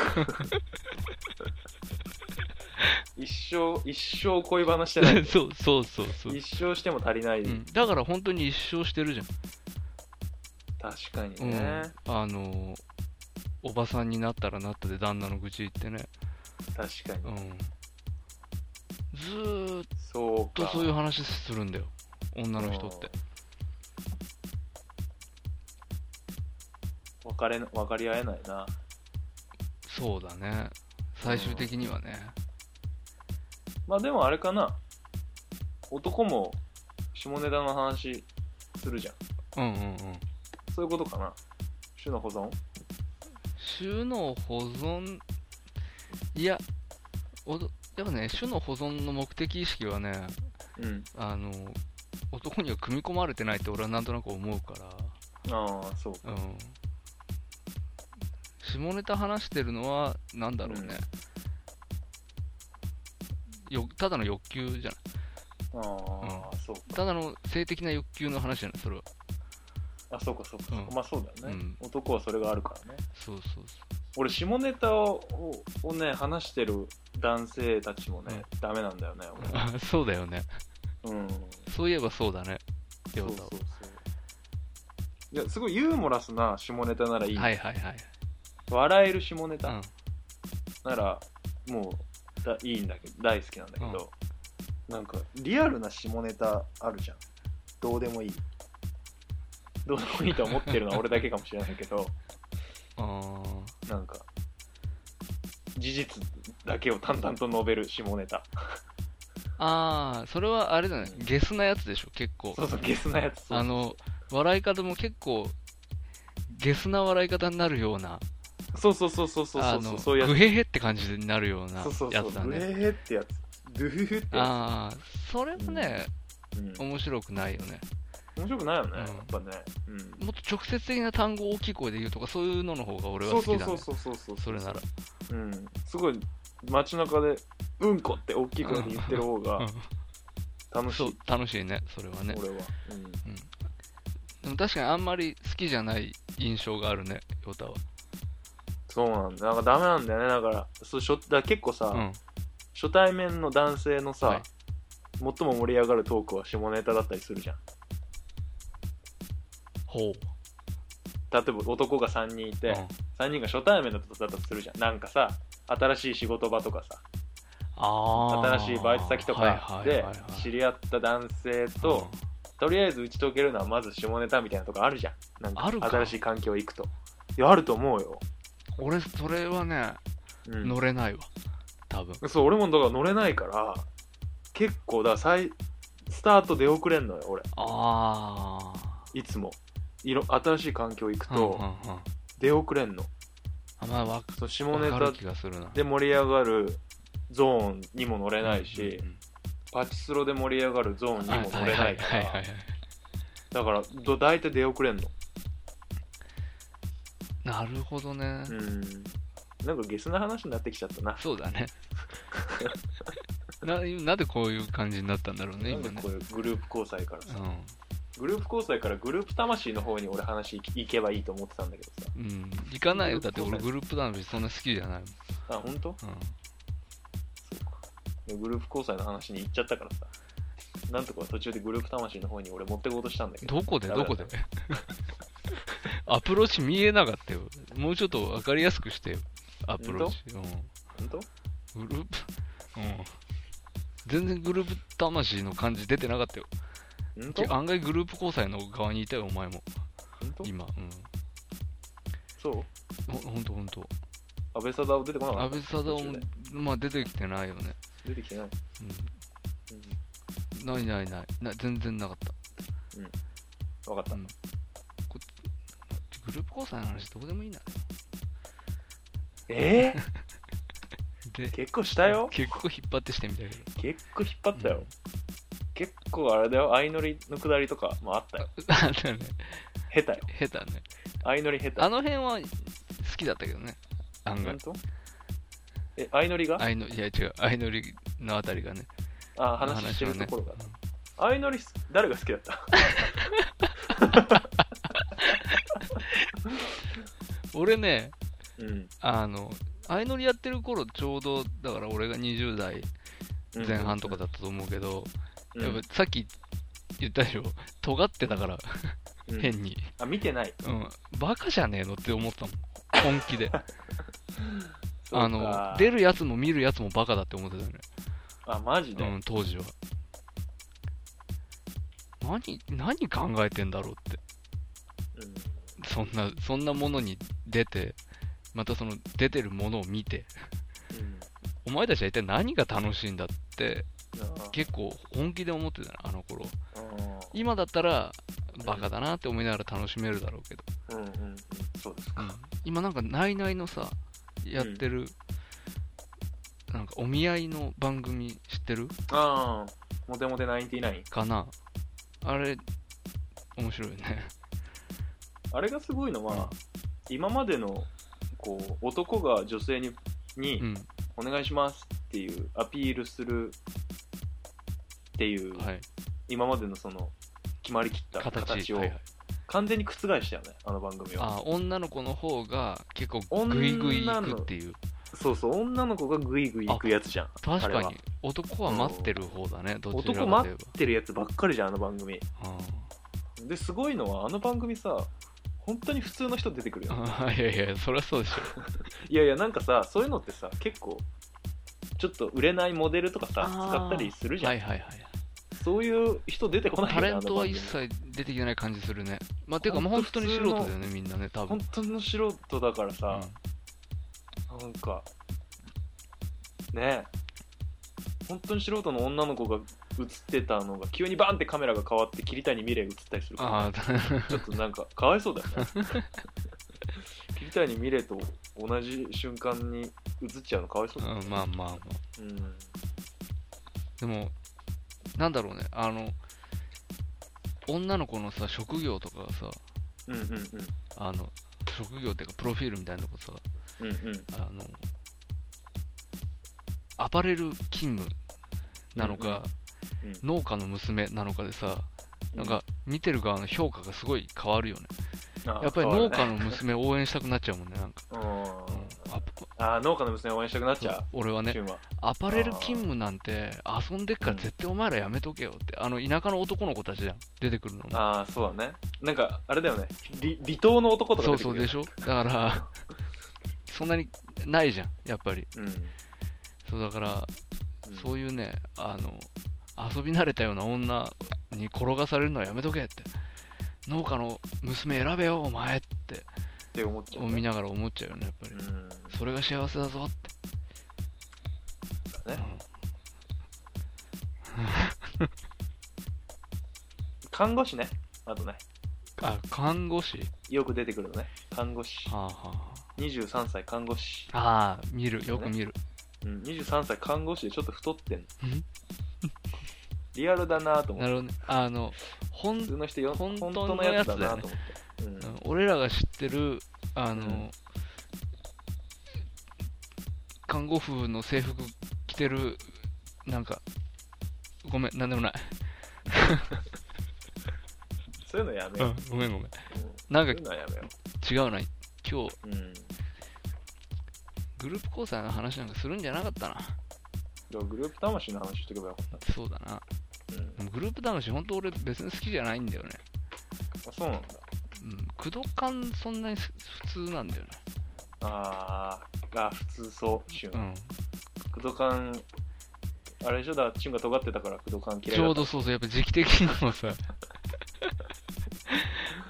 [SPEAKER 2] 一生一生恋話してない
[SPEAKER 3] そうそうそう そう。
[SPEAKER 2] 一生しても足りない、
[SPEAKER 3] うんだから本当に一生してるじゃん。
[SPEAKER 2] 確かに
[SPEAKER 3] うん
[SPEAKER 2] ね、
[SPEAKER 3] あのーおばさんになったらなったで旦那の愚痴言ってね、
[SPEAKER 2] 確か
[SPEAKER 3] う
[SPEAKER 2] に
[SPEAKER 3] ん、ずーっ
[SPEAKER 2] そう
[SPEAKER 3] と
[SPEAKER 2] か
[SPEAKER 3] そういう話するんだよ女の人って
[SPEAKER 2] うん別れの分かり合えないな
[SPEAKER 3] そうだね最終的にはね
[SPEAKER 2] まあでもあれかな男も下ネタの話するじゃん
[SPEAKER 3] うんうんうん
[SPEAKER 2] そういうことかな種の保存
[SPEAKER 3] 種の保存いやおどでもね種の保存の目的意識はね
[SPEAKER 2] うん
[SPEAKER 3] あのー男には組み込まれてないって俺はなんとなく思うから
[SPEAKER 2] ああそう
[SPEAKER 3] うん下ネタ話してるのはなんだろうね、よただの欲求じゃない
[SPEAKER 2] ああ、そう
[SPEAKER 3] ただの性的な欲求の話じゃないそれは
[SPEAKER 2] あそうかそうか、
[SPEAKER 3] うん
[SPEAKER 2] まあそうだよね、
[SPEAKER 3] う
[SPEAKER 2] 男はそれがあるからね
[SPEAKER 3] そうそうそ
[SPEAKER 2] 俺下ネタををね話してる男性たちもね、ダメなんだよね
[SPEAKER 3] う あそうだよね
[SPEAKER 2] 俺うん
[SPEAKER 3] そういえばそうだね亮
[SPEAKER 2] そう
[SPEAKER 3] 太
[SPEAKER 2] そうそういやすごいユーモラスな下ネタならいい、
[SPEAKER 3] はいはいはい、
[SPEAKER 2] 笑える下ネ
[SPEAKER 3] う
[SPEAKER 2] タ
[SPEAKER 3] ん、
[SPEAKER 2] ならもうだいいんだけど大好きなんだけど、なんかリアルな下ネタあるじゃんどうでもいいどうでもいいとは思って るのは俺だけかもしれないけど
[SPEAKER 3] あ
[SPEAKER 2] なんか、事実だけを淡々と述べる下ネタ。
[SPEAKER 3] ーあーそれはあれだねゲスなやつでしょ結構
[SPEAKER 2] そうそう、ゲスなやつ。そう
[SPEAKER 3] あの笑い方も結構ゲスな笑い方になるような
[SPEAKER 2] そうそうそうそうそう
[SPEAKER 3] あ
[SPEAKER 2] そうそ
[SPEAKER 3] の
[SPEAKER 2] う、そういう
[SPEAKER 3] グ
[SPEAKER 2] や
[SPEAKER 3] ヘヘって感じになるような
[SPEAKER 2] つ。
[SPEAKER 3] や
[SPEAKER 2] そう
[SPEAKER 3] つ
[SPEAKER 2] そうそう、
[SPEAKER 3] だ
[SPEAKER 2] ブ
[SPEAKER 3] ね
[SPEAKER 2] レーってやつ。ドゥフフってや
[SPEAKER 3] ああそれもね、
[SPEAKER 2] つ。うん
[SPEAKER 3] 面白くないよね
[SPEAKER 2] 面白くないよね、
[SPEAKER 3] うん
[SPEAKER 2] やっぱね。うん
[SPEAKER 3] もっと直接的な単語を大きい声で言うとかそういうのの方が俺は
[SPEAKER 2] そ
[SPEAKER 3] 好
[SPEAKER 2] う
[SPEAKER 3] き
[SPEAKER 2] そうそ
[SPEAKER 3] だね
[SPEAKER 2] うそうそうそう。
[SPEAKER 3] それなら。
[SPEAKER 2] うん。すごい、街中で、うんこって大きい声で言ってる方
[SPEAKER 3] う
[SPEAKER 2] が
[SPEAKER 3] ん
[SPEAKER 2] 楽し
[SPEAKER 3] そう
[SPEAKER 2] い、
[SPEAKER 3] 楽しいねそれはね
[SPEAKER 2] 俺は。うん
[SPEAKER 3] でも確かにあんまり好きじゃない印象があるねヨタは
[SPEAKER 2] そうなんだ。なんかダメなんだよね。だから、そうしょだから結構さ、
[SPEAKER 3] うん
[SPEAKER 2] 初対面の男性のさ、
[SPEAKER 3] はい
[SPEAKER 2] 最も盛り上がるトークは下ネタだったりするじゃん
[SPEAKER 3] ほう
[SPEAKER 2] 例えば男が3人いて、
[SPEAKER 3] うん
[SPEAKER 2] 3人が初対面だったとするじゃんなんかさ新しい仕事場とかさ
[SPEAKER 3] あー
[SPEAKER 2] 新しいバイト先とか
[SPEAKER 3] はいはい
[SPEAKER 2] で
[SPEAKER 3] はいはい
[SPEAKER 2] 知り合った男性と、
[SPEAKER 3] うん
[SPEAKER 2] とりあえず打ち解けるのはまず下ネタみたいなとこあるじゃんなん
[SPEAKER 3] あるか
[SPEAKER 2] か新しい環境行くといやあると思うよ、
[SPEAKER 3] 俺それはね
[SPEAKER 2] うん
[SPEAKER 3] 乗れないわ多分
[SPEAKER 2] そう俺もだから乗れないから結構ださいスタート出遅れんのよ俺
[SPEAKER 3] ああ
[SPEAKER 2] いつもいろ新しい環境行くと、出遅れんの
[SPEAKER 3] あまあわ
[SPEAKER 2] そう下ネ
[SPEAKER 3] わか
[SPEAKER 2] タ
[SPEAKER 3] る気がするな
[SPEAKER 2] で盛り上がるゾーンにも乗れないし、
[SPEAKER 3] うんうん
[SPEAKER 2] パチスロで盛り上がるゾーンにも乗れないか
[SPEAKER 3] は
[SPEAKER 2] ら
[SPEAKER 3] いはいはいはいはい
[SPEAKER 2] だからど大体出遅れんの
[SPEAKER 3] なるほどね、
[SPEAKER 2] うんなんかゲスな話になってきちゃったな
[SPEAKER 3] そうだねななんでこういう感じになったんだろうね
[SPEAKER 2] なんで
[SPEAKER 3] 今ね
[SPEAKER 2] こういうグループ交際からさ
[SPEAKER 3] う
[SPEAKER 2] グループ交際からグループ魂の方に俺話いいけばいいと思ってたんだけどさ
[SPEAKER 3] ん、うん、行かないよだって俺グループダンスそんな好きじゃない
[SPEAKER 2] あ本当？
[SPEAKER 3] もん、
[SPEAKER 2] そうかでグループ交際の話に行っちゃったからさなんとか途中でグループ魂の方に俺持ってこうとしたんだ
[SPEAKER 3] う
[SPEAKER 2] け
[SPEAKER 3] ん、
[SPEAKER 2] ど
[SPEAKER 3] どこで
[SPEAKER 2] ダメ
[SPEAKER 3] ど
[SPEAKER 2] だ
[SPEAKER 3] こで アプローチ見えなかったよもうちょっと分かりやすくしてよアプローチ、
[SPEAKER 2] 本当
[SPEAKER 3] うん、グループ、うん、全然グループ魂の感じ出てなかったよ
[SPEAKER 2] 本当本
[SPEAKER 3] 案外グループ交際の側にいたよお前も
[SPEAKER 2] 当
[SPEAKER 3] 今うん
[SPEAKER 2] そう
[SPEAKER 3] ほほんとほんと
[SPEAKER 2] 安倍貞夫出てこなかった
[SPEAKER 3] 安倍サダ
[SPEAKER 2] 途中
[SPEAKER 3] も
[SPEAKER 2] で、
[SPEAKER 3] まあ、出てきてないよね、
[SPEAKER 2] 出てきてない、
[SPEAKER 3] うん、ないないないな全然なかった
[SPEAKER 2] 分かった、
[SPEAKER 3] うんグループ交際の話どうでもいいんだね
[SPEAKER 2] え
[SPEAKER 3] で
[SPEAKER 2] 結構した よ
[SPEAKER 3] 結構引っ張ってしてみたけど
[SPEAKER 2] 結構引っ張ったよ、
[SPEAKER 3] うん
[SPEAKER 2] 結構あれだよ相乗りのくだりとかもあったよ
[SPEAKER 3] あのね
[SPEAKER 2] 下手よ
[SPEAKER 3] 下手ね
[SPEAKER 2] 相乗り下手
[SPEAKER 3] あの辺は好きだったけどね案
[SPEAKER 2] 本
[SPEAKER 3] 外
[SPEAKER 2] 当え相乗りが
[SPEAKER 3] 愛のいや違う愛のりのあたりがね
[SPEAKER 2] あ話してるところが、
[SPEAKER 3] の話はね
[SPEAKER 2] 相乗りす誰が好きだった
[SPEAKER 3] 俺ね
[SPEAKER 2] うん
[SPEAKER 3] あの相乗りやってる頃ちょうどだから俺が20代前半とかだったと思うけど、
[SPEAKER 2] うん
[SPEAKER 3] やっぱさっき言ったでしょ尖ってたから
[SPEAKER 2] うん
[SPEAKER 3] 変に、
[SPEAKER 2] あ見てない
[SPEAKER 3] うん、バカじゃねえのって思ってたもん本気
[SPEAKER 2] そう
[SPEAKER 3] で
[SPEAKER 2] か
[SPEAKER 3] あの出るやつも見るやつもバカだって思ってたよね
[SPEAKER 2] あマジで、
[SPEAKER 3] うん、当時は。何、何考えてんだろうって。
[SPEAKER 2] うん
[SPEAKER 3] そんな、そんなものに出て、またその出てるものを見て、
[SPEAKER 2] うん
[SPEAKER 3] お前たちは一体何が楽しいんだって、
[SPEAKER 2] あ
[SPEAKER 3] 結構本気で思ってたな、あの頃。
[SPEAKER 2] うん
[SPEAKER 3] 今だったら、バカだなって思いながら楽しめるだろうけど。
[SPEAKER 2] うんうんうん、そうです
[SPEAKER 3] う
[SPEAKER 2] か。
[SPEAKER 3] ん、今なんか、ないないのさ、やってる、なんかお見合いの番組知ってる
[SPEAKER 2] ああ、モテモテ99。
[SPEAKER 3] かなあれ、面白いよね。
[SPEAKER 2] あれがすごいのは、今までのこう男が女性にに
[SPEAKER 3] うん、
[SPEAKER 2] お願いしますっていうアピールするっていう、
[SPEAKER 3] はい。
[SPEAKER 2] 今までのその決まりきった
[SPEAKER 3] 形
[SPEAKER 2] 形を
[SPEAKER 3] はいはい
[SPEAKER 2] 完全に覆したよね、あの番組は。
[SPEAKER 3] あ女の子の方が結構グイグイ行くっていう
[SPEAKER 2] そうそう、女の子がグイグイ行くやつじゃん。
[SPEAKER 3] 確
[SPEAKER 2] あ
[SPEAKER 3] か
[SPEAKER 2] れは
[SPEAKER 3] に男は待ってる方だねどちら
[SPEAKER 2] 男
[SPEAKER 3] かと
[SPEAKER 2] 待
[SPEAKER 3] いえ
[SPEAKER 2] ってるやつばっかりじゃん、あの番組。
[SPEAKER 3] ば
[SPEAKER 2] で、すごいのは、あの番組さ、本当に普通の人出てくるよね。
[SPEAKER 3] うん いやいやそりゃそうでしょ
[SPEAKER 2] いやいやなんかさそういうのってさ結構ちょっと売れないモデルとかさ
[SPEAKER 3] あー
[SPEAKER 2] 使ったりするじゃん、
[SPEAKER 3] はいはいはい
[SPEAKER 2] そういう人出てこないよ
[SPEAKER 3] タ
[SPEAKER 2] ね
[SPEAKER 3] レントは一
[SPEAKER 2] あの番
[SPEAKER 3] 切出てきてない感じするねまあていうかもう
[SPEAKER 2] ほん
[SPEAKER 3] 本
[SPEAKER 2] と
[SPEAKER 3] 当に素人だよねみんなね多
[SPEAKER 2] 組
[SPEAKER 3] 分
[SPEAKER 2] 本当の素人だからさ、なんかねえ本当に素人の女の子が映ってたのが急にバンってカメラが変わって桐谷美玲が映ったりするから
[SPEAKER 3] ああー
[SPEAKER 2] ちょっとなんかかわいそうだよね桐谷美玲と同じ瞬間に映っちゃうのかわいそうだよね
[SPEAKER 3] うんまあまあまあ
[SPEAKER 2] うん
[SPEAKER 3] でもなんだろうねあの女の子のさ職業とかがさ
[SPEAKER 2] うんうん
[SPEAKER 3] あの職業っていうかプロフィールみたいなとこさ
[SPEAKER 2] うんうんうん
[SPEAKER 3] あのアパレル勤務なのか、
[SPEAKER 2] うんうん
[SPEAKER 3] 農家の娘なのかでさ、なんか見てる側の評価がすごい変わるよね。
[SPEAKER 2] あ
[SPEAKER 3] やっぱり
[SPEAKER 2] 変わ
[SPEAKER 3] 農
[SPEAKER 2] るね
[SPEAKER 3] 家の娘を応援したくなっちゃうもんね、なんか。
[SPEAKER 2] うん
[SPEAKER 3] うんア
[SPEAKER 2] あー農家の娘を応援したくなっちゃう。
[SPEAKER 3] 俺はね
[SPEAKER 2] チ、ュンは
[SPEAKER 3] アパレル勤務なんて遊んでっから絶対お前らやめとけよって、あの田舎の男の子たちじゃん、出てくるのも。
[SPEAKER 2] ああ、そうだね。なんか、あれだよね。離離島の男とか
[SPEAKER 3] そ
[SPEAKER 2] 出
[SPEAKER 3] う
[SPEAKER 2] てくるよ
[SPEAKER 3] そうで
[SPEAKER 2] ね
[SPEAKER 3] しょだから、 そんなにないじゃん、やっぱり。そうだから、
[SPEAKER 2] うん。
[SPEAKER 3] そういうね、あの、遊び慣れたような女に転がされるのはやめとけって。農家の娘選べよ、お前って、
[SPEAKER 2] って思っちゃうね。
[SPEAKER 3] 見ながら思っちゃうよね、やっぱり
[SPEAKER 2] う。ん。
[SPEAKER 3] それが幸せだぞって。
[SPEAKER 2] だね
[SPEAKER 3] うん
[SPEAKER 2] 看護師ね。あとね。
[SPEAKER 3] あ、看護師
[SPEAKER 2] よく出てくるのね。看護師。
[SPEAKER 3] はあ、は
[SPEAKER 2] 23歳看護師。
[SPEAKER 3] あ、はあ。あー見る、よく見る。
[SPEAKER 2] うん。23歳看護師でちょっと太ってんの
[SPEAKER 3] うん。
[SPEAKER 2] リアルだなと思っ
[SPEAKER 3] な
[SPEAKER 2] て。
[SPEAKER 3] るほどね。あの、ほん
[SPEAKER 2] 普、通の人よ、
[SPEAKER 3] 本
[SPEAKER 2] 本
[SPEAKER 3] 当の
[SPEAKER 2] 当のやつだな
[SPEAKER 3] や
[SPEAKER 2] と思って。うん
[SPEAKER 3] うん俺らが知ってる、あの、
[SPEAKER 2] うん
[SPEAKER 3] 看護婦の制服着てる、なんか、ごめん、なんでもない。
[SPEAKER 2] そういうのやめよう。
[SPEAKER 3] ごめんごめ
[SPEAKER 2] う
[SPEAKER 3] ん。
[SPEAKER 2] ん
[SPEAKER 3] なん
[SPEAKER 2] そうい
[SPEAKER 3] か
[SPEAKER 2] うのはやめよ
[SPEAKER 3] 違うな、今日、
[SPEAKER 2] う。うん。
[SPEAKER 3] グループ交際の話なんかするんじゃなかったな。
[SPEAKER 2] でもグループ魂の話しとけばよかった。
[SPEAKER 3] そうだな。
[SPEAKER 2] うん。
[SPEAKER 3] でもグループ魂、ほんと俺別に好きじゃないんだよね。
[SPEAKER 2] あそうなんだ。
[SPEAKER 3] うん。駆動感そんなにす普通なんだよね。
[SPEAKER 2] あーあ、普通そう、シュ
[SPEAKER 3] う
[SPEAKER 2] ン。
[SPEAKER 3] ん。
[SPEAKER 2] クドカン、あれでしょだ、チュンが尖ってたからクドカン嫌い
[SPEAKER 3] ち
[SPEAKER 2] だ
[SPEAKER 3] ょ
[SPEAKER 2] っ
[SPEAKER 3] う
[SPEAKER 2] た。
[SPEAKER 3] どそうそう、やっぱ時期的にも さ、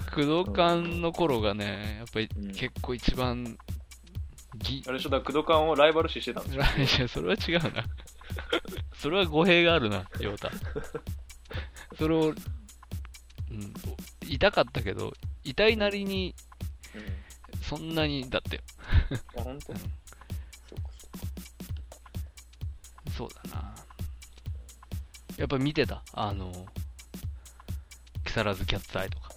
[SPEAKER 3] 駆動感の頃がね、やっぱり
[SPEAKER 2] うん
[SPEAKER 3] 結構一番、ぎ、
[SPEAKER 2] あれでしょだ、クドカンをライバル視してたんでしょ
[SPEAKER 3] いや、それは違うな。それは語弊があるな、ヨータ。それを、うん、痛かったけど、痛いなりに、そんなに、だって、
[SPEAKER 2] うん。あ、ほんと
[SPEAKER 3] うん
[SPEAKER 2] そうかそうか。
[SPEAKER 3] そうだなやっぱ見てたあの木更津キャッツアイとか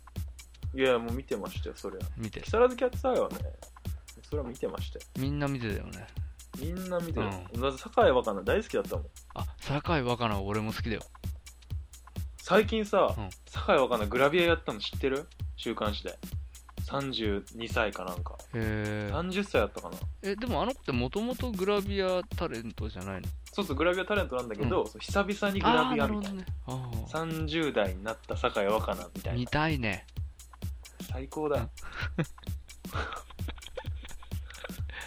[SPEAKER 2] いや、もう見てましたよ、そりゃ。
[SPEAKER 3] 見て
[SPEAKER 2] 木更津キャッツアイはね、それは見てましたよ。
[SPEAKER 3] みんな見てたよね
[SPEAKER 2] みんな見てた。だって酒井若菜大好きだったもん。
[SPEAKER 3] あ酒井若菜は俺も好きだよ
[SPEAKER 2] 最近さ、
[SPEAKER 3] うん
[SPEAKER 2] 酒井若菜グラビアやったの知ってる週刊誌で。32歳かなんか。
[SPEAKER 3] へー
[SPEAKER 2] 30歳だったかな。
[SPEAKER 3] えでもあの子ってもともとグラビアタレントじゃないの
[SPEAKER 2] そうそう、グラビアタレントなんだけど、そう久々にグ
[SPEAKER 3] あ
[SPEAKER 2] ラ
[SPEAKER 3] あー
[SPEAKER 2] ビア
[SPEAKER 3] なる
[SPEAKER 2] み
[SPEAKER 3] ほ
[SPEAKER 2] た
[SPEAKER 3] ど
[SPEAKER 2] いな。
[SPEAKER 3] ねあー
[SPEAKER 2] 30代になった酒井若菜みたい
[SPEAKER 3] 見
[SPEAKER 2] な。
[SPEAKER 3] たいね
[SPEAKER 2] 最高だ。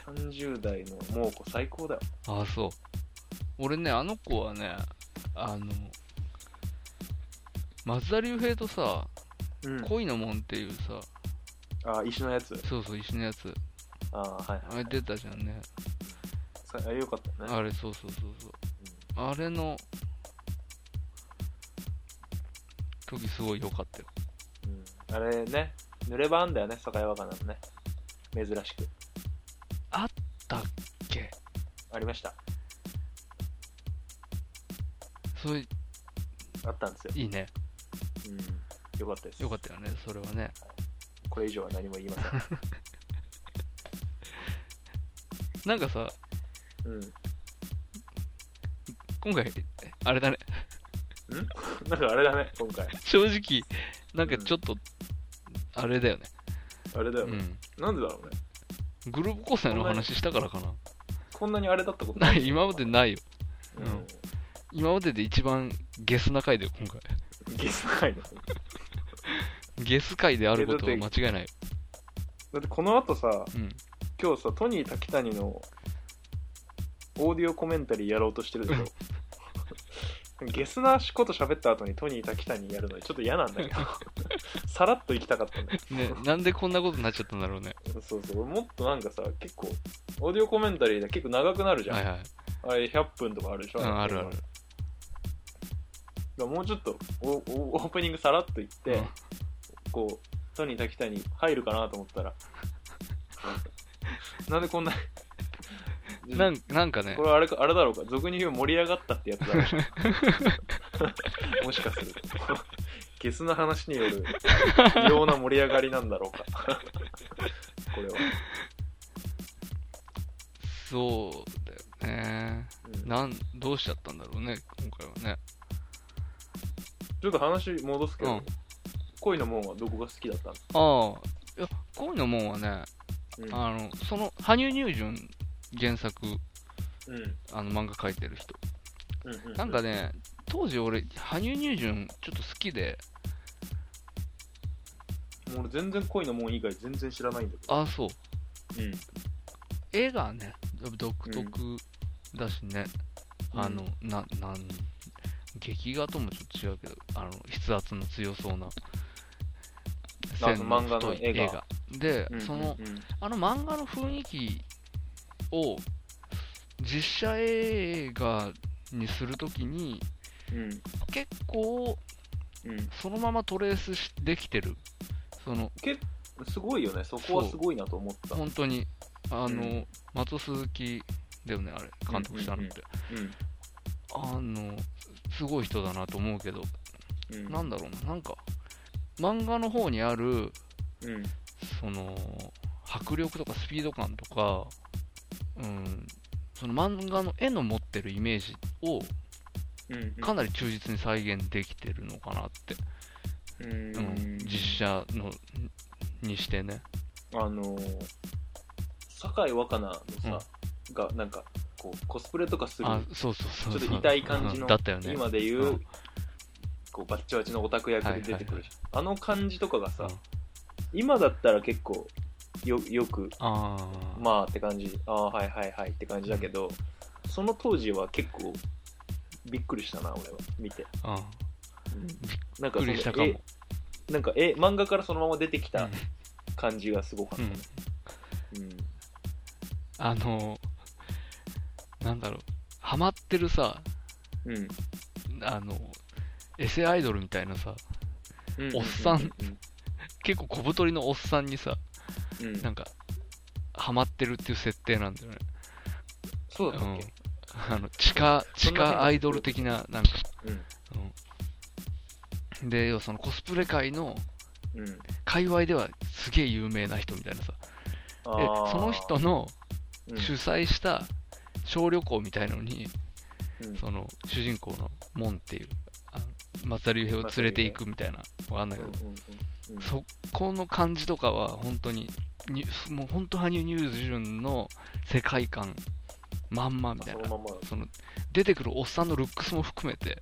[SPEAKER 2] 30代 の猛子最高だよ。
[SPEAKER 3] ああそう俺ねあの子はねあの松田龍平とさ
[SPEAKER 2] うん
[SPEAKER 3] 「恋のもん」っていうさ
[SPEAKER 2] あ、石のやつ。
[SPEAKER 3] そうそう一緒のやつ
[SPEAKER 2] あー、はい
[SPEAKER 3] あれ出たじゃんね
[SPEAKER 2] さ。あよかったね。
[SPEAKER 3] あれそうそうそうそうあれの時すごい良かったよ
[SPEAKER 2] うんあれね、濡れ場あんだよね、酒井若菜のね。珍しく。
[SPEAKER 3] だっけ
[SPEAKER 2] ありました。
[SPEAKER 3] それ
[SPEAKER 2] あったんですよ。
[SPEAKER 3] いいね
[SPEAKER 2] うん。よかったです。
[SPEAKER 3] 良かったよねそれはね
[SPEAKER 2] これ以上は何も言いませ
[SPEAKER 3] なんかさ
[SPEAKER 2] ん。うん。
[SPEAKER 3] 今回あれだね
[SPEAKER 2] なんかあれだね、今回。
[SPEAKER 3] 正直なんかちょっとあれだよね
[SPEAKER 2] あれだ
[SPEAKER 3] う
[SPEAKER 2] よね。
[SPEAKER 3] ん
[SPEAKER 2] なんでだろうね。
[SPEAKER 3] グループ構成の話したからかな
[SPEAKER 2] こんなにあれだったこと
[SPEAKER 3] ない今までないよ
[SPEAKER 2] う
[SPEAKER 3] うん
[SPEAKER 2] ん。
[SPEAKER 3] 今までで一番ゲスな回だよ今回
[SPEAKER 2] ゲスないの。
[SPEAKER 3] ゲス回であることは
[SPEAKER 2] え
[SPEAKER 3] 間
[SPEAKER 2] だっ
[SPEAKER 3] 違いないよ
[SPEAKER 2] だってこの後さ、
[SPEAKER 3] うん
[SPEAKER 2] 今日さ、トニー・タキタニのオーディオコメンタリーやろうとしてるで しょ。ゲスなこと喋った後にトニー・タキタニやるのにちょっと嫌なんだけど、 さらっと行きたかったんだよ
[SPEAKER 3] ね、なんでこんなことになっちゃったんだろうね。
[SPEAKER 2] そうそう、俺もっとなんかさ、結構、オーディオコメンタリーで結構長くなるじゃん。
[SPEAKER 3] はいはい。
[SPEAKER 2] あれ100分とかあるでしょ、
[SPEAKER 3] うん、あるある。
[SPEAKER 2] だからもうちょっとおおオープニングさらっといって、
[SPEAKER 3] うん
[SPEAKER 2] こうトニー・タキタに入るかなと思っ たらなんでこんな
[SPEAKER 3] なんなんかね
[SPEAKER 2] こ、れあれかあれだろうか俗に言う盛り上がったってやつだろ うもしかするとゲスな話による異様な盛り上がりなんだろうか これは、
[SPEAKER 3] そうだよね。
[SPEAKER 2] うん
[SPEAKER 3] なん、どうしちゃったんだろうね、今回はね。
[SPEAKER 2] ちょっと話戻すけど、
[SPEAKER 3] うん
[SPEAKER 2] 恋の門はどこが好きだったの
[SPEAKER 3] ああ、いや、こういうのもんはね、
[SPEAKER 2] うん
[SPEAKER 3] あの、その、羽生入潤原作、
[SPEAKER 2] うん
[SPEAKER 3] あの、漫画描いてる人。
[SPEAKER 2] うんうん
[SPEAKER 3] なんかね、当時俺、羽生入潤ちょっと好きで、
[SPEAKER 2] もう俺全然恋の門以外全然知らないんだけど
[SPEAKER 3] ああ、そう。
[SPEAKER 2] うん
[SPEAKER 3] 絵がね、独特だしね、
[SPEAKER 2] うん
[SPEAKER 3] あの、な、なん、劇画ともちょっと違うけど、あの、筆圧の強そうな、
[SPEAKER 2] その漫画の
[SPEAKER 3] 太い
[SPEAKER 2] 絵が
[SPEAKER 3] で、
[SPEAKER 2] うん
[SPEAKER 3] その、
[SPEAKER 2] うんうん
[SPEAKER 3] あの漫画の雰囲気を実写映画にするときに、
[SPEAKER 2] うん
[SPEAKER 3] 結構
[SPEAKER 2] うん、
[SPEAKER 3] そのままトレースしできてる。その、
[SPEAKER 2] すごいよねそこはすごいなと思ったう
[SPEAKER 3] 本当に、あの、
[SPEAKER 2] うん
[SPEAKER 3] 松尾鈴木だよね、あれ、監督したのって。
[SPEAKER 2] ん
[SPEAKER 3] あの、すごい人だなと思うけど、
[SPEAKER 2] うん
[SPEAKER 3] なんだろうな、なんか、漫画の方にある、
[SPEAKER 2] うん
[SPEAKER 3] その、迫力とかスピード感とか、うん、その漫画の絵の持ってるイメージを
[SPEAKER 2] うん
[SPEAKER 3] かなり忠実に再現できてるのかなって、
[SPEAKER 2] うん
[SPEAKER 3] うん実写のにしてね。
[SPEAKER 2] あのー酒井若菜のさ、がなんかこうコスプレとかする
[SPEAKER 3] あ、そうそうそうそう。
[SPEAKER 2] ちょっと痛い感じの
[SPEAKER 3] うんだったよね。
[SPEAKER 2] 今でいう、
[SPEAKER 3] うん
[SPEAKER 2] こうバッチバチのオタク役で出てくるじゃん、あの感じとかがさ、
[SPEAKER 3] うん
[SPEAKER 2] 今だったら結構よよく
[SPEAKER 3] あー、
[SPEAKER 2] まあって感じああはいはいはいって感じだけど、その当時は結構びっくりしたな俺は見て、
[SPEAKER 3] あ、
[SPEAKER 2] なん
[SPEAKER 3] びっくりしたかも
[SPEAKER 2] その絵なんか絵漫画からそのまま出てきた
[SPEAKER 3] う
[SPEAKER 2] 感じがすごかった
[SPEAKER 3] んう
[SPEAKER 2] ね
[SPEAKER 3] ん、
[SPEAKER 2] うん
[SPEAKER 3] あの、なんだろう、ハマってるさ、
[SPEAKER 2] うんうん
[SPEAKER 3] あの、エセアイドルみたいなさ、
[SPEAKER 2] うん
[SPEAKER 3] おっさん
[SPEAKER 2] うん
[SPEAKER 3] 結構小太りのおっさんにさ、
[SPEAKER 2] うん
[SPEAKER 3] なんか、ハマってるっていう設定なんだよね。
[SPEAKER 2] そうだったっけ、
[SPEAKER 3] うんあの地下、地
[SPEAKER 2] そんな変
[SPEAKER 3] 下
[SPEAKER 2] な
[SPEAKER 3] アイドル的な、なんか、
[SPEAKER 2] うん
[SPEAKER 3] うんで、要はそのコスプレ界の
[SPEAKER 2] うん
[SPEAKER 3] 界隈ではすげえ有名な人みたいなさ、
[SPEAKER 2] あ
[SPEAKER 3] で
[SPEAKER 2] ー
[SPEAKER 3] その人の
[SPEAKER 2] うん
[SPEAKER 3] 主催した小旅行みたいのに、
[SPEAKER 2] うん
[SPEAKER 3] その主人公のモンっていう、あの松田龍平を連れていくみたいな、わかんないけど、
[SPEAKER 2] うんうんうんうん
[SPEAKER 3] そこの感じとかは本当に、にもう本当羽生結弦の世界観まんまみたい
[SPEAKER 2] そ
[SPEAKER 3] な
[SPEAKER 2] の。まんまだ
[SPEAKER 3] その出てくるおっさんのルックスも含めて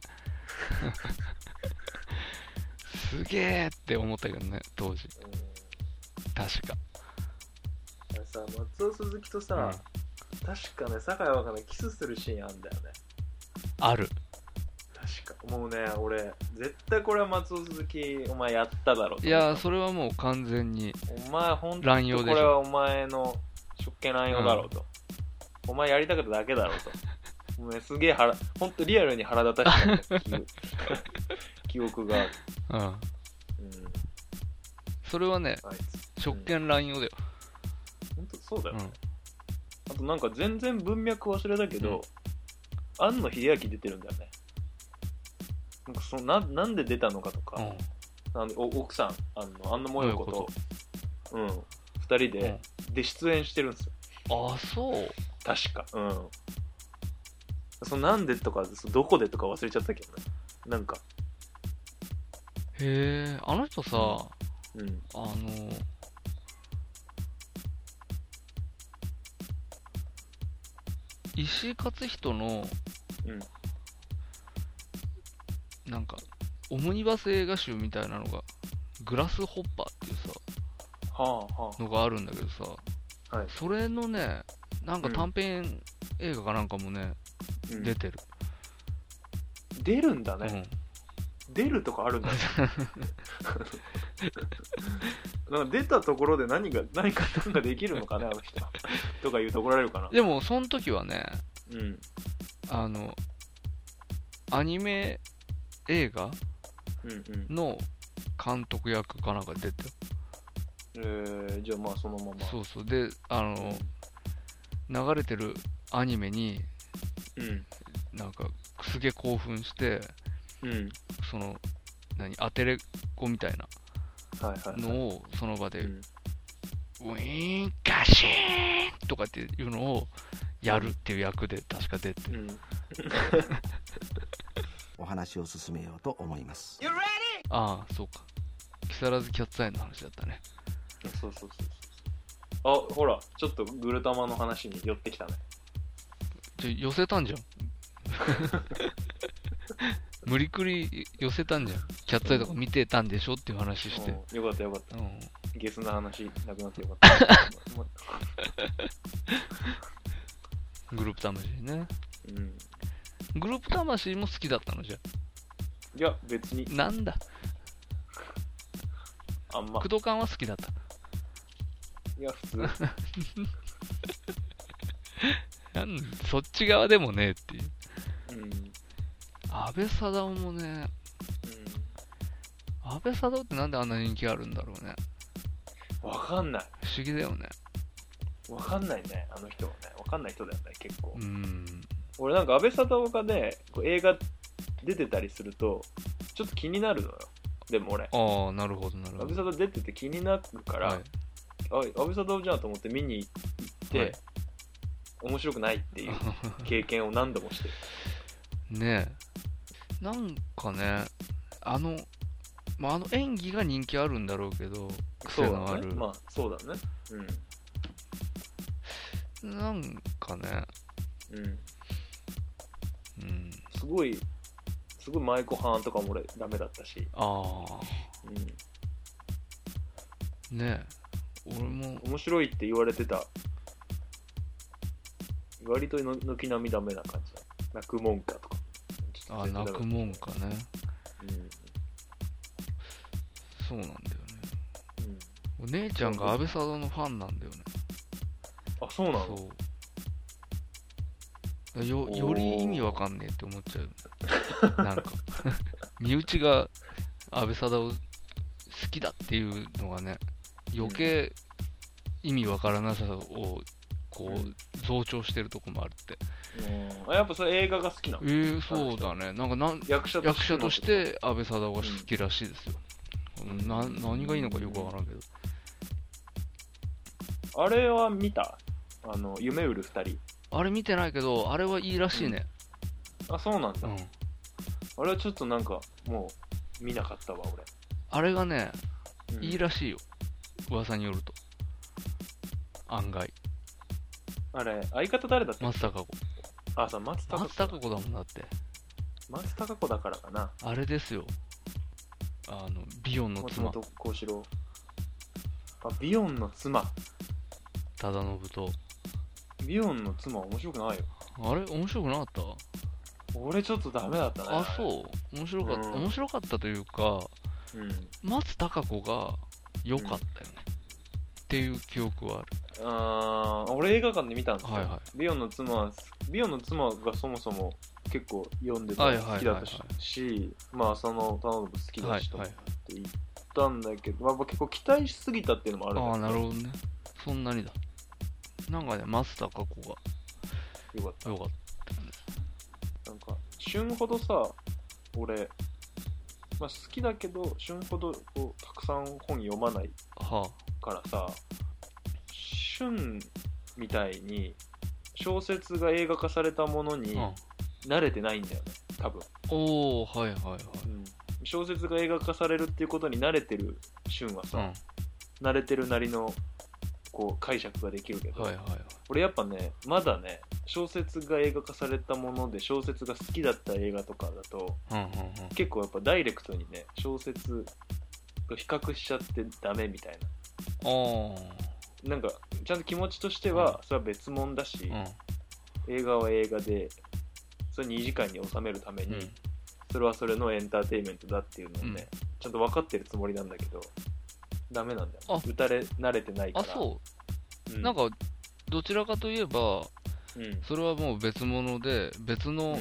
[SPEAKER 3] すげえって思ったけどね当時
[SPEAKER 2] うん
[SPEAKER 3] 確か
[SPEAKER 2] あれさ松尾鈴木とさ、確かね酒井若菜キスするシーンあんだよね
[SPEAKER 3] ある
[SPEAKER 2] 確かもうね俺絶対これは松尾鈴木お前やっただろ
[SPEAKER 3] いやー
[SPEAKER 2] そ
[SPEAKER 3] それはもう完全に
[SPEAKER 2] お前本当
[SPEAKER 3] 乱
[SPEAKER 2] に
[SPEAKER 3] 用
[SPEAKER 2] こ
[SPEAKER 3] でしょ
[SPEAKER 2] れはお前の職権乱用だろうと、お前やりたかっただけだろ うともうねすげえ腹本当リアルに腹立たしかった 記憶記憶がある、
[SPEAKER 3] うん
[SPEAKER 2] うん、
[SPEAKER 3] それはね
[SPEAKER 2] あいつ
[SPEAKER 3] 職権乱用だよ、
[SPEAKER 2] 本当そうだ
[SPEAKER 3] う
[SPEAKER 2] よ、
[SPEAKER 3] ん
[SPEAKER 2] あとなんか全然文脈忘れたけど、庵野秀明出てるんだよねなんかそのななんで出たのかとか、あのお奥さんあの安野もよ子とうん2人
[SPEAKER 3] うん
[SPEAKER 2] で、で出演してるんですよ
[SPEAKER 3] ああそう
[SPEAKER 2] 確かうんそのなんでとかそのどこでとか忘れちゃったけどねなんか
[SPEAKER 3] へえあの人さ、
[SPEAKER 2] うん
[SPEAKER 3] あのー石井勝人の、
[SPEAKER 2] うん
[SPEAKER 3] なんかオムニバス映画集みたいなのがグラスホッパーっていうさ
[SPEAKER 2] はあは
[SPEAKER 3] のがあるんだけどさ、
[SPEAKER 2] はい
[SPEAKER 3] それのねなんか
[SPEAKER 2] うん
[SPEAKER 3] 短編映画かなんかもね、
[SPEAKER 2] あ、うん
[SPEAKER 3] 出てる、
[SPEAKER 2] 出るんだ
[SPEAKER 3] う
[SPEAKER 2] ね、
[SPEAKER 3] ん、
[SPEAKER 2] 出るとかあるんだね なんか出たところで何が何か何かできるのかねあの人とか言うと怒られるかな
[SPEAKER 3] でもその時はね
[SPEAKER 2] うん
[SPEAKER 3] あのアニメ映画
[SPEAKER 2] うんうん
[SPEAKER 3] の監督役かなんか出て
[SPEAKER 2] えー、じゃあまあそのまま
[SPEAKER 3] そうそうであの流れてるアニメに
[SPEAKER 2] うん
[SPEAKER 3] なんかすげえ興奮して
[SPEAKER 2] うん
[SPEAKER 3] その何アテレコみたいな
[SPEAKER 2] はいはいはい
[SPEAKER 3] のをその場で、
[SPEAKER 2] うん
[SPEAKER 3] ウィーンガシーンとかっていうのをやるっていう役で確か出て
[SPEAKER 2] うん
[SPEAKER 4] お話を進めようと思います
[SPEAKER 3] ああそうか木更津キャッツアイの話だったね
[SPEAKER 2] そうそうそうそうあほらちょっとグルタマの話に寄ってきたね
[SPEAKER 3] ちょ寄せた んじゃん無理くり寄せたんじゃんキャッツアイとか見てたんでしょっていう話して、
[SPEAKER 2] うんよかったよかっ
[SPEAKER 3] うん、
[SPEAKER 2] たゲスな話なくなってよかった も
[SPEAKER 3] グループ魂ね
[SPEAKER 2] ううん
[SPEAKER 3] グループ魂も好きだったのじゃ
[SPEAKER 2] いや別に
[SPEAKER 3] なんだ
[SPEAKER 2] あんま
[SPEAKER 3] 工藤館は好きだった
[SPEAKER 2] いや普通
[SPEAKER 3] なんそっち側でもねえっていう
[SPEAKER 2] うんうん
[SPEAKER 3] 安倍貞夫もね安倍貞夫ってなんであんな人気あるんだろうね
[SPEAKER 2] わかんない
[SPEAKER 3] 不思議だよね
[SPEAKER 2] わかんないねあの人はねわかんない人だよね結構、
[SPEAKER 3] うん
[SPEAKER 2] 俺なんか安倍サダヲがねこう映画出てたりするとちょっと気になるのよでも俺
[SPEAKER 3] ああなるほどなるほ
[SPEAKER 2] 安倍サ
[SPEAKER 3] ど
[SPEAKER 2] ダヲ出てて気になるから、
[SPEAKER 3] はい
[SPEAKER 2] あ安倍サダヲじゃんと思って見に行って、
[SPEAKER 3] はい
[SPEAKER 2] 面白くないっていう経験を何度もしてる
[SPEAKER 3] ねえなんかねあのまああの演技が人気あるんだろうけど癖のあ
[SPEAKER 2] ね
[SPEAKER 3] る、
[SPEAKER 2] まあそうだねう
[SPEAKER 3] なんかね
[SPEAKER 2] んうん
[SPEAKER 3] うん
[SPEAKER 2] すごいすごい舞妓派とかも俺ダメだったし、
[SPEAKER 3] ああ
[SPEAKER 2] うん、
[SPEAKER 3] ねえ俺も
[SPEAKER 2] 面白いって言われてた割との軒並みダメな感じだ泣くもんかとかちょっ
[SPEAKER 3] あ
[SPEAKER 2] と全然
[SPEAKER 3] 泣くもんかね
[SPEAKER 2] ダメだったうん
[SPEAKER 3] そうなんだよね
[SPEAKER 2] うん
[SPEAKER 3] お姉ちゃんが安倍サダヲのファンなんだよね
[SPEAKER 2] あそうなの
[SPEAKER 3] そうよ
[SPEAKER 2] おー
[SPEAKER 3] より意味わかんねえって思っちゃうよねなんか 身内が安倍サダヲ好きだっていうのがね余計意味わからなさをこう増長してるとこもあるって
[SPEAKER 2] あやっぱそれ映画が好きなの
[SPEAKER 3] えー、そうだねなんかなん
[SPEAKER 2] 役者
[SPEAKER 3] 役者とし
[SPEAKER 2] のこと
[SPEAKER 3] て安倍貞夫が好きらしいですよ、
[SPEAKER 2] うん
[SPEAKER 3] な何がいいのかよくわからんけど
[SPEAKER 2] かあれは見たあの夢売る二人
[SPEAKER 3] あれ見てないけどあれはいいらしいね
[SPEAKER 2] あそうなんだ、
[SPEAKER 3] うん、
[SPEAKER 2] あれはちょっとなんかもう見なかったわ
[SPEAKER 3] あれがね
[SPEAKER 2] 俺、うん
[SPEAKER 3] いいらしいよ噂によると案外
[SPEAKER 2] あれ相方誰だった
[SPEAKER 3] 松たか子
[SPEAKER 2] あそう松たか
[SPEAKER 3] 松
[SPEAKER 2] 子
[SPEAKER 3] たか子だもんだって
[SPEAKER 2] 松たか子だからかな
[SPEAKER 3] あれですよあのビヨンの
[SPEAKER 2] 松
[SPEAKER 3] 妻
[SPEAKER 2] 本幸四郎あビヨンの妻
[SPEAKER 3] 忠信と
[SPEAKER 2] ビヨンの妻面白くないよ
[SPEAKER 3] あれ面白くなかった
[SPEAKER 2] 俺ちょっとダメだったね
[SPEAKER 3] あそう面白かった、
[SPEAKER 2] うん
[SPEAKER 3] 面白かったというか
[SPEAKER 2] ううん
[SPEAKER 3] 松たか子が良かったよね、っていう記憶はある
[SPEAKER 2] あー俺映画館で見たんですよ、
[SPEAKER 3] はいは
[SPEAKER 2] ビヨンの妻はビヨンの妻がそもそも結構読んでた
[SPEAKER 3] はいはいはいはい
[SPEAKER 2] 好きだったし、まあその頼む好き
[SPEAKER 3] は
[SPEAKER 2] だ
[SPEAKER 3] い
[SPEAKER 2] しと
[SPEAKER 3] は
[SPEAKER 2] 思っ
[SPEAKER 3] い
[SPEAKER 2] て行ったんだけど、まあまあ、結構期待しすぎたっていうのもある
[SPEAKER 3] ああ
[SPEAKER 2] ん
[SPEAKER 3] な
[SPEAKER 2] だ
[SPEAKER 3] る
[SPEAKER 2] け
[SPEAKER 3] ほどねそんなにだなんかね松たか子が
[SPEAKER 2] どよかっ
[SPEAKER 3] 良かった
[SPEAKER 2] なんか旬ほどさ俺、まあ、好きだけど旬ほどこうたくさん本読まない
[SPEAKER 3] たは
[SPEAKER 2] からさ旬みたいに小説が映画化されたもの
[SPEAKER 3] あ、
[SPEAKER 2] に
[SPEAKER 3] うん、
[SPEAKER 2] 慣れてないんだよね多分
[SPEAKER 3] おおはいはいはい
[SPEAKER 2] 小説が映画化されるっていうことに慣れてる旬は
[SPEAKER 3] う
[SPEAKER 2] さ、
[SPEAKER 3] ん
[SPEAKER 2] 慣れてるなりのこう解釈ができるけど、
[SPEAKER 3] はいはいはい
[SPEAKER 2] 俺やっぱねまだね小説が映画化されたもので小説が好きだった映画とかだと
[SPEAKER 3] うんうんうん
[SPEAKER 2] 結構やっぱダイレクトにね小説と比較しちゃってダメみたい
[SPEAKER 3] あ
[SPEAKER 2] ななんかちゃんと気持ちとしてはそれは別物だし、
[SPEAKER 3] あ
[SPEAKER 2] 映画は映画でそれ2時間に収めるため
[SPEAKER 3] うん
[SPEAKER 2] に、
[SPEAKER 3] うん
[SPEAKER 2] それはそれのエンターテインメントだっていうのをね、
[SPEAKER 3] うん
[SPEAKER 2] ちゃんと分かってるつもりなんだけどダメなんだよ
[SPEAKER 3] あ
[SPEAKER 2] 打たれ慣れてないか
[SPEAKER 3] あ
[SPEAKER 2] ら、
[SPEAKER 3] そううなんかどちらかといえば
[SPEAKER 2] うん、うん
[SPEAKER 3] それはもう別物で別の、
[SPEAKER 2] うん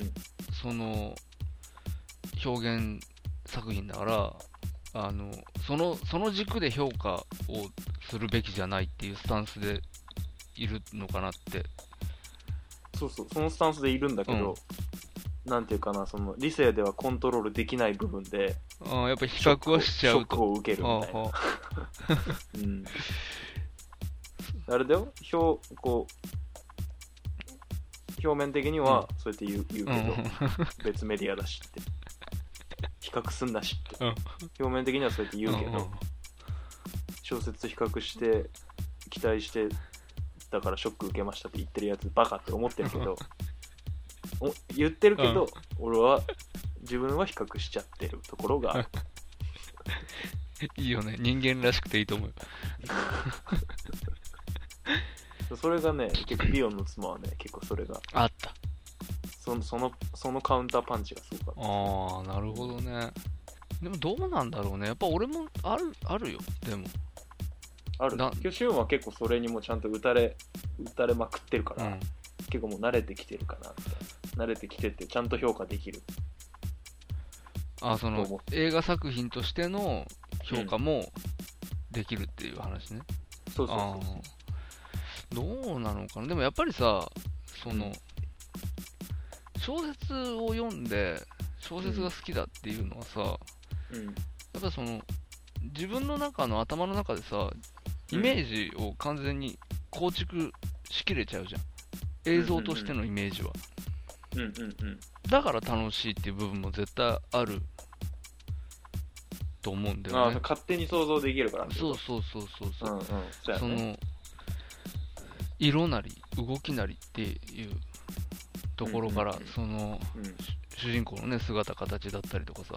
[SPEAKER 3] その表現作品だからあのそのその軸で評価をするべきじゃないっていうスタンスでいるのかなって
[SPEAKER 2] そうそうそのスタンスでいるんだけど、なんていうかなその理性ではコントロールできない部分 で
[SPEAKER 3] あーやっぱ比較はしちゃう
[SPEAKER 2] ショック
[SPEAKER 3] と
[SPEAKER 2] を受けるみたいな
[SPEAKER 3] あーあ
[SPEAKER 2] うん、あれだよ表こう表面的にはそうやって言う,、言うけど、
[SPEAKER 3] ー
[SPEAKER 2] 別メディアだしって比較すんなしって、
[SPEAKER 3] うん
[SPEAKER 2] 表面的にはそうやって言うけど、
[SPEAKER 3] んん
[SPEAKER 2] 小説と比較して期待してだからショック受けましたって言ってるやつバカって思ってるけ どお言ってるけど、俺は自分は比較しちゃってるところが ある
[SPEAKER 3] いいよね人間らしくていいと思うよ
[SPEAKER 2] それがね結構ビヨンの妻はね結構それが
[SPEAKER 3] あった
[SPEAKER 2] そのそのそのカウンターパンチがすごかっ
[SPEAKER 3] ああなるほどねでもどうなんだろうねやっぱ俺もあるあるよでも
[SPEAKER 2] たある
[SPEAKER 3] な
[SPEAKER 2] 今日シュンは結構それにもちゃんと打たれ打たれまくってるか
[SPEAKER 3] う
[SPEAKER 2] ら、
[SPEAKER 3] ん
[SPEAKER 2] 結構もう慣れてきてるかなみたいな慣れてきててちゃんと評価できる
[SPEAKER 3] あそ
[SPEAKER 2] と
[SPEAKER 3] の
[SPEAKER 2] 思
[SPEAKER 3] 映画作品としての評価もできるっていう話ね、
[SPEAKER 2] そうそう
[SPEAKER 3] あ
[SPEAKER 2] そうそう
[SPEAKER 3] ーどうなのかなでもやっぱりさその、
[SPEAKER 2] うん
[SPEAKER 3] 小説を読んで小説が好きだっていうのはさ、や
[SPEAKER 2] うん
[SPEAKER 3] っぱその自分の中の頭の中でさイメージを完全に構築しきれちゃうじゃん映像としてのイメージは、
[SPEAKER 2] うんうんうん
[SPEAKER 3] だから楽しいっていう部分も絶対あると思うんだよね
[SPEAKER 2] ああ勝手に想像できるからって
[SPEAKER 3] そ
[SPEAKER 2] こ
[SPEAKER 3] うそうそうそう
[SPEAKER 2] と
[SPEAKER 3] そう、
[SPEAKER 2] んうんそうや
[SPEAKER 3] そ
[SPEAKER 2] ね
[SPEAKER 3] の色なり動きなりっていうところから、
[SPEAKER 2] うんうんうん
[SPEAKER 3] その主人公のね姿形だったりとかさ、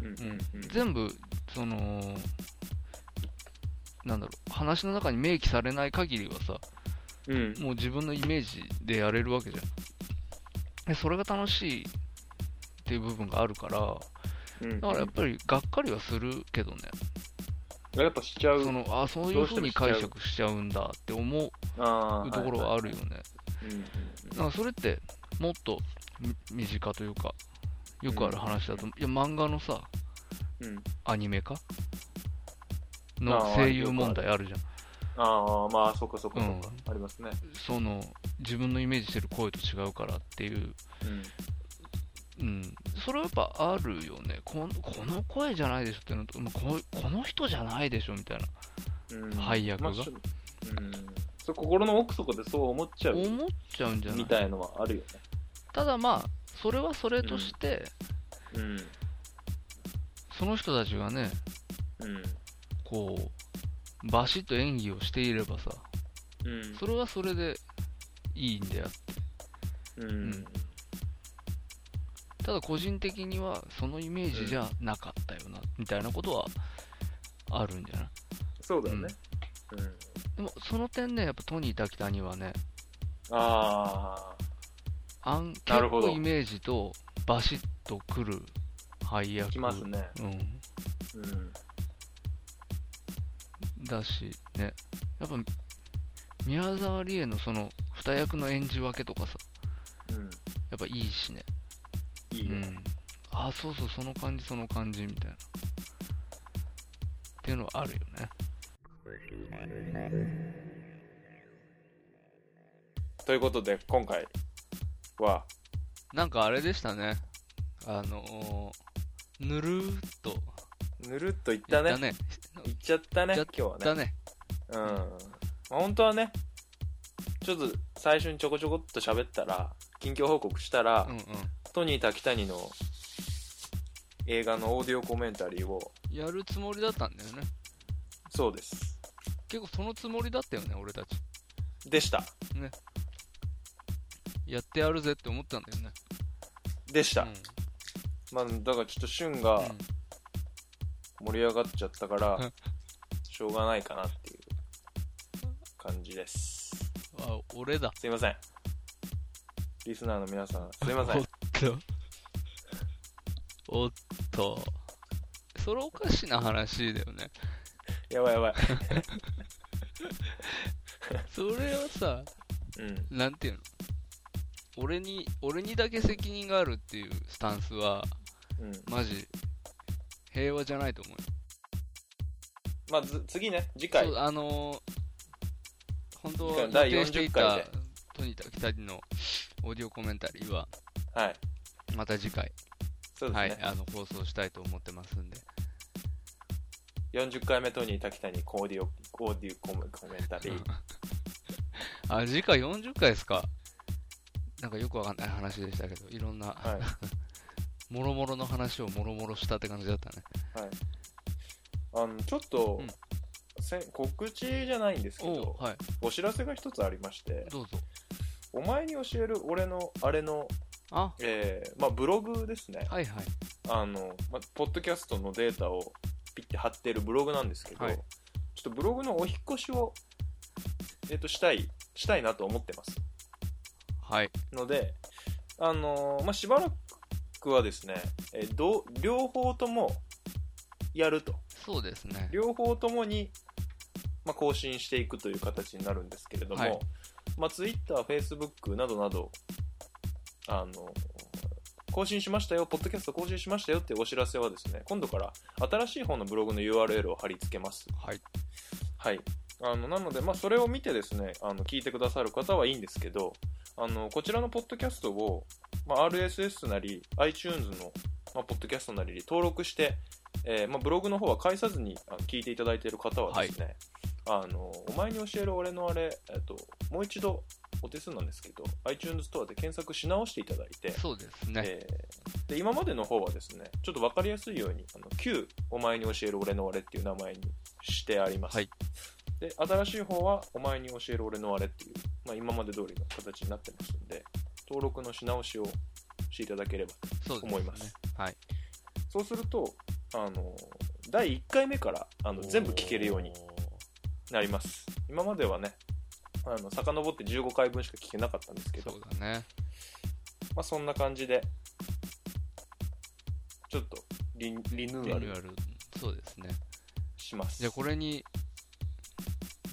[SPEAKER 2] うんうんうんうん
[SPEAKER 3] 全部そのなんだろう話の中に明記されない限りはさ
[SPEAKER 2] うん
[SPEAKER 3] もう自分のイメージでやれるわけじゃんでそれが楽しいっていう部分があるから
[SPEAKER 2] うん
[SPEAKER 3] だからやっぱりがっかりはするけどね
[SPEAKER 2] やっぱしちゃう
[SPEAKER 3] そのあそういう風に解釈しちゃうんだって思う
[SPEAKER 2] あー
[SPEAKER 3] ところはあるよね、
[SPEAKER 2] いいうん
[SPEAKER 3] なんかそれってもっとみ身近というかよくある話だと、いや漫画のさ
[SPEAKER 2] うんうん
[SPEAKER 3] アニメ化
[SPEAKER 2] あ
[SPEAKER 3] の
[SPEAKER 2] ー
[SPEAKER 3] 声優問題あるじゃん
[SPEAKER 2] ああ、まあ、そっかそっかそっか、
[SPEAKER 3] う
[SPEAKER 2] ありますね。
[SPEAKER 3] その自分のイメージしてる声と違うからっていう、
[SPEAKER 2] うん。
[SPEAKER 3] うん、それはやっぱあるよねこんこの声じゃないでしょっていうのとまあここの人じゃないでしょみたいな
[SPEAKER 2] うん
[SPEAKER 3] 配役が
[SPEAKER 2] まあしょうん、そう心の奥底でそう思っちゃう
[SPEAKER 3] 思っちゃうんじゃな
[SPEAKER 2] み
[SPEAKER 3] い
[SPEAKER 2] たいのはあるよね。
[SPEAKER 3] ただまあそれはそれとして、
[SPEAKER 2] うん。
[SPEAKER 3] その人たちがね
[SPEAKER 2] うん。
[SPEAKER 3] こうバシッと演技をしていればさ
[SPEAKER 2] うん。
[SPEAKER 3] それはそれでいいんだよ
[SPEAKER 2] うん。
[SPEAKER 3] ただ個人的にはそのイメージじゃなかったよな、みたいなことはあるんじゃない
[SPEAKER 2] そうだよね。うん。
[SPEAKER 3] でもその点ねやっぱトニー・タキタニはね
[SPEAKER 2] ああ。
[SPEAKER 3] あん
[SPEAKER 2] な
[SPEAKER 3] 結
[SPEAKER 2] るほど
[SPEAKER 3] 構イメージとバシッとくる配役
[SPEAKER 2] きますね。
[SPEAKER 3] うん、
[SPEAKER 2] うん。
[SPEAKER 3] だしねやっぱ宮沢りえのその二役の演じ分けとかさ
[SPEAKER 2] う
[SPEAKER 3] やっぱいいしね
[SPEAKER 2] ん。いいうよ。
[SPEAKER 3] ん、あそうそうその感じその感じみたいなっていうのはあるよね
[SPEAKER 2] ということで、今回は、
[SPEAKER 3] なんかあれでしたねあのーぬるーっと
[SPEAKER 2] ぬるっといっ
[SPEAKER 3] い
[SPEAKER 2] たね。
[SPEAKER 3] ね
[SPEAKER 2] いっちゃったね、
[SPEAKER 3] いっ
[SPEAKER 2] 今日はね。
[SPEAKER 3] だね
[SPEAKER 2] うん。まあ、本当はね、ちょっと最初にちょこちょこっと喋ったら、近況報告したら、
[SPEAKER 3] うんう
[SPEAKER 2] トニー・タキタニの映画のオーディオコメンタリーを、
[SPEAKER 3] んやるつもりだったんだよね
[SPEAKER 2] そうです。
[SPEAKER 3] 結構そのつもりだったよね俺たち
[SPEAKER 2] でした。
[SPEAKER 3] やってやるぜって思ったんだよね
[SPEAKER 2] でした。
[SPEAKER 3] うん
[SPEAKER 2] まあ、だからちょっと旬が
[SPEAKER 3] うん
[SPEAKER 2] 盛り上がっちゃったから、
[SPEAKER 3] うん
[SPEAKER 2] しょうがないかなっていう感じです。
[SPEAKER 3] あ俺だ
[SPEAKER 2] すいません。リスナーの皆さん、すいませ
[SPEAKER 3] お
[SPEAKER 2] ん
[SPEAKER 3] っ。とおっとそれおかしな話だよね
[SPEAKER 2] やばいやばい。
[SPEAKER 3] それはさ
[SPEAKER 2] うん。
[SPEAKER 3] なんていうの俺に俺にだけ責任があるっていうスタンスは
[SPEAKER 2] うん。
[SPEAKER 3] マジ平和じゃないと思うよ
[SPEAKER 2] まあ、ず次ね、次回。
[SPEAKER 3] そうあのー本当は予
[SPEAKER 2] 第
[SPEAKER 3] 定していた
[SPEAKER 2] 40回で
[SPEAKER 3] トニー・タキタリのオーディオコメンタリーは
[SPEAKER 2] はい。
[SPEAKER 3] また次回、
[SPEAKER 2] そうです
[SPEAKER 3] は
[SPEAKER 2] ね。
[SPEAKER 3] い、あの放送したいと思ってますんで
[SPEAKER 2] 40回目トニー・タキタニコーディオ、コーディオコメコメンタリー。
[SPEAKER 3] あ次回40回ですかなんかよくわかんない話でしたけどいろんな、
[SPEAKER 2] はい。
[SPEAKER 3] もろもろの話をもろもろしたって感じだったね
[SPEAKER 2] はい。あの、ちょっと、
[SPEAKER 3] うん
[SPEAKER 2] せん告知じゃないんですけ
[SPEAKER 3] お
[SPEAKER 2] ど
[SPEAKER 3] う、はい
[SPEAKER 2] お知らせが一つありまして、
[SPEAKER 3] どうぞ
[SPEAKER 2] お前に教える俺の、あれの、
[SPEAKER 3] あ
[SPEAKER 2] えー、まあ、ブログですね。
[SPEAKER 3] はいはい
[SPEAKER 2] あの、まあ、ポッドキャストのデータをピッて貼ってるブログなんですけど、
[SPEAKER 3] はい
[SPEAKER 2] ちょっとブログのお引っ越しを、えっ、と、したい、したいなと思ってます。
[SPEAKER 3] はい
[SPEAKER 2] ので、あのーまあ、しばらくはですね、えーどう両方ともやると。
[SPEAKER 3] そうですね
[SPEAKER 2] 両方ともに、まあ、更新していくという形になるんですけれども、
[SPEAKER 3] はい
[SPEAKER 2] まあ、Twitter、Facebook などなど、あの、更新しましたよ、ポッドキャスト更新しましたよっていうお知らせはですね、今度から新しい方のブログの URL を貼り付けます。
[SPEAKER 3] はい
[SPEAKER 2] はい。あの、なので、まあ、それを見てですね、あの、聞いてくださる方はいいんですけど、あの、こちらのポッドキャストを、まあ、RSS なり、iTunes の、まあ、ポッドキャストなりに登録して、えーまあ、ブログの方は介さずにあの聞いていただいている方はですね、あの、お前に教える俺のあれ、えっと、もう一度、お手数なんですけど、iTunes ストアで検索し直していただいて、
[SPEAKER 3] そうですね、
[SPEAKER 2] えーで今までの方はですねちょっと分かりやすいようにあの旧お前に教える俺の俺っていう名前にしてあります、
[SPEAKER 3] はい
[SPEAKER 2] で新しい方はお前に教える俺の俺っていう、まあ、今まで通りの形になってますんで登録のし直しをしていただければと
[SPEAKER 3] そうですね
[SPEAKER 2] 思います
[SPEAKER 3] はい
[SPEAKER 2] そうするとあの第1回目からあの全部聞けるようになります今まではねあの遡って15回分しか聞けなかったんですけど
[SPEAKER 3] そうだね
[SPEAKER 2] まあ、そんな感じで、ちょっとリリニュ
[SPEAKER 3] リニ
[SPEAKER 2] ーア
[SPEAKER 3] ュー
[SPEAKER 2] ル
[SPEAKER 3] アルそうですね
[SPEAKER 2] します。
[SPEAKER 3] じゃあこれに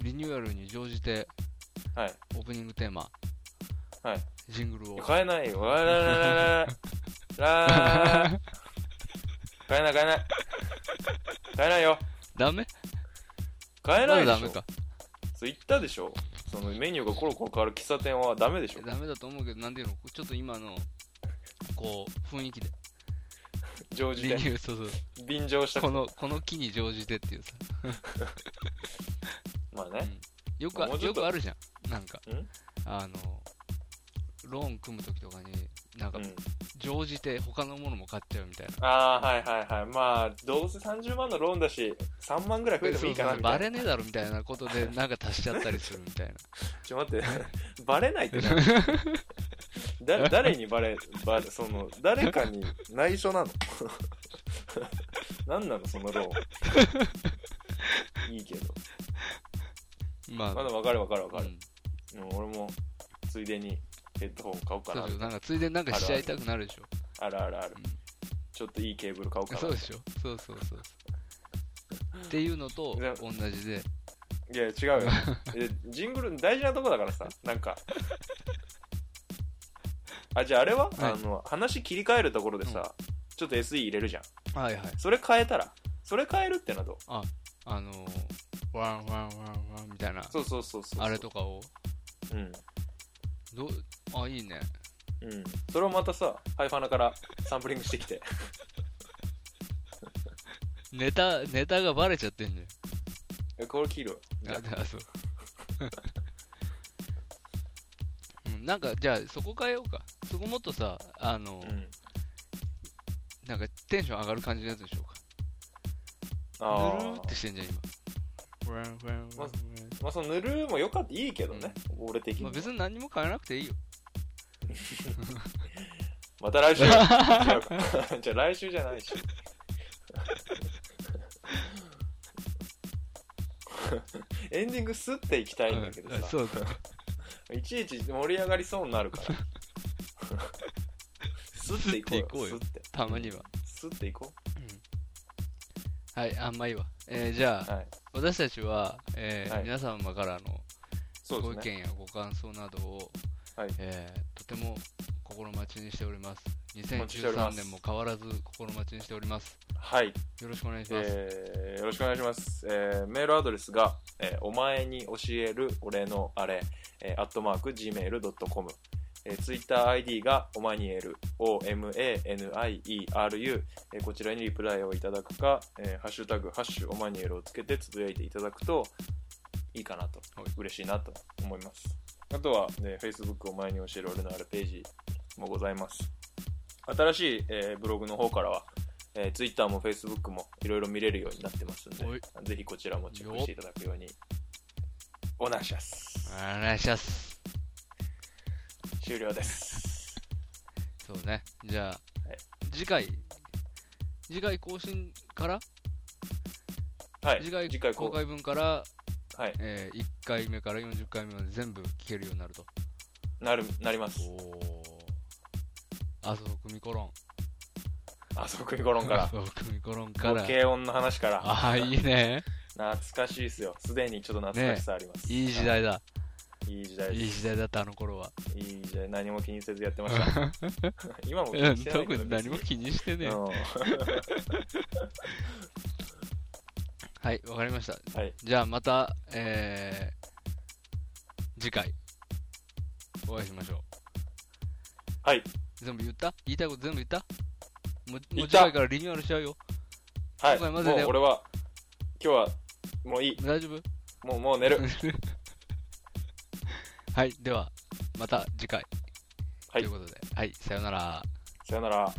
[SPEAKER 3] リニューアルに乗じて
[SPEAKER 2] はい。
[SPEAKER 3] オープニングテーマ
[SPEAKER 2] はい。
[SPEAKER 3] ジングルを
[SPEAKER 2] 変えない よ。わららららららー変えない変えない。変えないよ。
[SPEAKER 3] ダメ
[SPEAKER 2] 変え
[SPEAKER 3] ま
[SPEAKER 2] ない
[SPEAKER 3] だ
[SPEAKER 2] でし
[SPEAKER 3] ダメ
[SPEAKER 2] ょ
[SPEAKER 3] か。
[SPEAKER 2] そう言ったでしょそのメニューがコロコロ変わる喫茶店はダメでしょ
[SPEAKER 3] ダメだと思うけど、なんていうのちょっと今の、こう、雰囲気で。
[SPEAKER 2] 常時
[SPEAKER 3] メニ
[SPEAKER 2] で
[SPEAKER 3] ュー、そうそう。
[SPEAKER 2] 便乗した
[SPEAKER 3] この、この木に乗じてっていうさ。
[SPEAKER 2] まあね、
[SPEAKER 3] よく
[SPEAKER 2] まあ
[SPEAKER 3] あ、
[SPEAKER 2] もうちょ
[SPEAKER 3] よ
[SPEAKER 2] っと
[SPEAKER 3] くあるじゃん。なんか
[SPEAKER 2] ん、
[SPEAKER 3] あの、ローン組むときとかに、なん
[SPEAKER 2] う
[SPEAKER 3] か
[SPEAKER 2] ん、
[SPEAKER 3] 乗じて他のものも買っちゃうみたいな。
[SPEAKER 2] ああはいはいはいまあどうせ30万のローンだし3万ぐらい増えてもいいかなみた
[SPEAKER 3] バ
[SPEAKER 2] いな
[SPEAKER 3] レねえだろみたいなことで、なんか足しちゃったりするみたいな。
[SPEAKER 2] ちょっと待って バレないって なだ誰にバレバレその誰かに内緒なの 何なのそのローン いいけど
[SPEAKER 3] まあ、
[SPEAKER 2] まだ分かる分かる分か
[SPEAKER 3] う
[SPEAKER 2] る、
[SPEAKER 3] ん
[SPEAKER 2] うん、俺もついでにヘッドホン買おうか
[SPEAKER 3] そ
[SPEAKER 2] な
[SPEAKER 3] うそうなんかついでになんかしちゃいたくなるでしょ。
[SPEAKER 2] あるあるある
[SPEAKER 3] うん
[SPEAKER 2] ちょっといいケーブル買おうかな
[SPEAKER 3] そうでしょそうそうそうそうっていうのと
[SPEAKER 2] で
[SPEAKER 3] 同じで
[SPEAKER 2] いや違うよ えジングル大事なとこだからさなんかあじゃああれは、
[SPEAKER 3] はい
[SPEAKER 2] あの話切り替えるところでさ、ちょっと SE 入れるじゃん
[SPEAKER 3] はいはい
[SPEAKER 2] それ変えたらそれ変えるってのはどう
[SPEAKER 3] あのーワンワンワンワンみたいな
[SPEAKER 2] そうそうそうそう
[SPEAKER 3] あれとかを
[SPEAKER 2] うん
[SPEAKER 3] どうあいいね
[SPEAKER 2] うんそれをまたさハイファナからサンプリングしてきて
[SPEAKER 3] ネタネタがバレちゃってんね
[SPEAKER 2] えこれ切るじ ゃあ
[SPEAKER 3] あそううんなんかじゃあそこ変えようかそこもっとさあの、
[SPEAKER 2] うん
[SPEAKER 3] なんかテンション上がる感じのやつでしょうか
[SPEAKER 2] あ
[SPEAKER 3] ぬるーって
[SPEAKER 2] ー
[SPEAKER 3] してんじゃん今ワンワンワンワン
[SPEAKER 2] まあそのぬるーもよかったいいけどね、俺的に
[SPEAKER 3] まあ
[SPEAKER 2] は、
[SPEAKER 3] 別に何も変えなくていいよ
[SPEAKER 2] また 来週違うか じゃあ来週じゃないし エンディングすっていきたいんだけど
[SPEAKER 3] うん
[SPEAKER 2] さ、
[SPEAKER 3] そうだ
[SPEAKER 2] いちいち盛り上がりそうになるから すっていこうよ
[SPEAKER 3] すっていこう
[SPEAKER 2] す
[SPEAKER 3] よ
[SPEAKER 2] って
[SPEAKER 3] たまには
[SPEAKER 2] すっていこ
[SPEAKER 3] はい、あんまあいいわ。えーじゃ
[SPEAKER 2] う
[SPEAKER 3] あ、
[SPEAKER 2] はい
[SPEAKER 3] 私たちは、えー
[SPEAKER 2] はい
[SPEAKER 3] 皆様からの
[SPEAKER 2] そう
[SPEAKER 3] ご意
[SPEAKER 2] ですね
[SPEAKER 3] 見やご感想などを、
[SPEAKER 2] はい
[SPEAKER 3] えーとても心待ちにしております。
[SPEAKER 2] 待ちしておりま
[SPEAKER 3] 2013
[SPEAKER 2] す
[SPEAKER 3] 年も変わらず心待ちにしております。
[SPEAKER 2] はい、
[SPEAKER 3] よろしくお願いします。
[SPEAKER 2] えーよろしくお願いします、えーメールアドレスが、えーお前に教える俺のあれ、えー、アットマーク gmail.com えー、ツイッター ID がおまにえる OMANIERU、えーこちらにリプライをいただくか、えーハッシュタグハッシュおまにえるをつけてつぶやいていただくといいかなと、
[SPEAKER 3] はい
[SPEAKER 2] 嬉しいなと思いますあとは、ね、Facebook お前に教える俺のあるページもございます新しい、えーブログの方からは、えー、Twitter も Facebook もいろいろ見れるようになってますんで
[SPEAKER 3] はい
[SPEAKER 2] ぜひこちらもチェックしていただくようにお願いします
[SPEAKER 3] お願いします。
[SPEAKER 2] 終了 です
[SPEAKER 3] そうね。じゃあ、
[SPEAKER 2] はい
[SPEAKER 3] 次回、次回更新から、
[SPEAKER 2] はい
[SPEAKER 3] 次回
[SPEAKER 2] 次回こ
[SPEAKER 3] 公
[SPEAKER 2] う
[SPEAKER 3] 開分から、
[SPEAKER 2] はい、
[SPEAKER 3] え1回目から40回目まで全部聞けるようになると。
[SPEAKER 2] なる、なります。
[SPEAKER 3] おあそう組コロン
[SPEAKER 2] あそこ組コロンから。
[SPEAKER 3] そう組コロンか
[SPEAKER 2] もう
[SPEAKER 3] ら
[SPEAKER 2] 軽音の話から。
[SPEAKER 3] ああいいね
[SPEAKER 2] 懐かしいですよ。すでにちょっと懐かしさあります。
[SPEAKER 3] いい時。代だ
[SPEAKER 2] いい時代
[SPEAKER 3] い
[SPEAKER 2] で
[SPEAKER 3] い
[SPEAKER 2] す。
[SPEAKER 3] 時代だったあの頃はい
[SPEAKER 2] い時代。何も気にせずやってました。 今も気にしてない
[SPEAKER 3] 特
[SPEAKER 2] けど。
[SPEAKER 3] に何も
[SPEAKER 2] 別
[SPEAKER 3] 気にしてね
[SPEAKER 2] に
[SPEAKER 3] え
[SPEAKER 2] うん
[SPEAKER 3] はいわかりました
[SPEAKER 2] はい。
[SPEAKER 3] じゃあまたえー次回お会いしましょう
[SPEAKER 2] はい。
[SPEAKER 3] 全部言った言いたいこと全部言ったもうも
[SPEAKER 2] 言っ
[SPEAKER 3] う次
[SPEAKER 2] た
[SPEAKER 3] 回からリニューアルしちゃうよ
[SPEAKER 2] はい。
[SPEAKER 3] 今
[SPEAKER 2] も
[SPEAKER 3] ま
[SPEAKER 2] う
[SPEAKER 3] でね
[SPEAKER 2] 俺は、今日は、もういい。
[SPEAKER 3] 大丈夫
[SPEAKER 2] もう、もう寝る。
[SPEAKER 3] はいではまた次回
[SPEAKER 2] はい
[SPEAKER 3] ということではいさようなら
[SPEAKER 2] さよなら。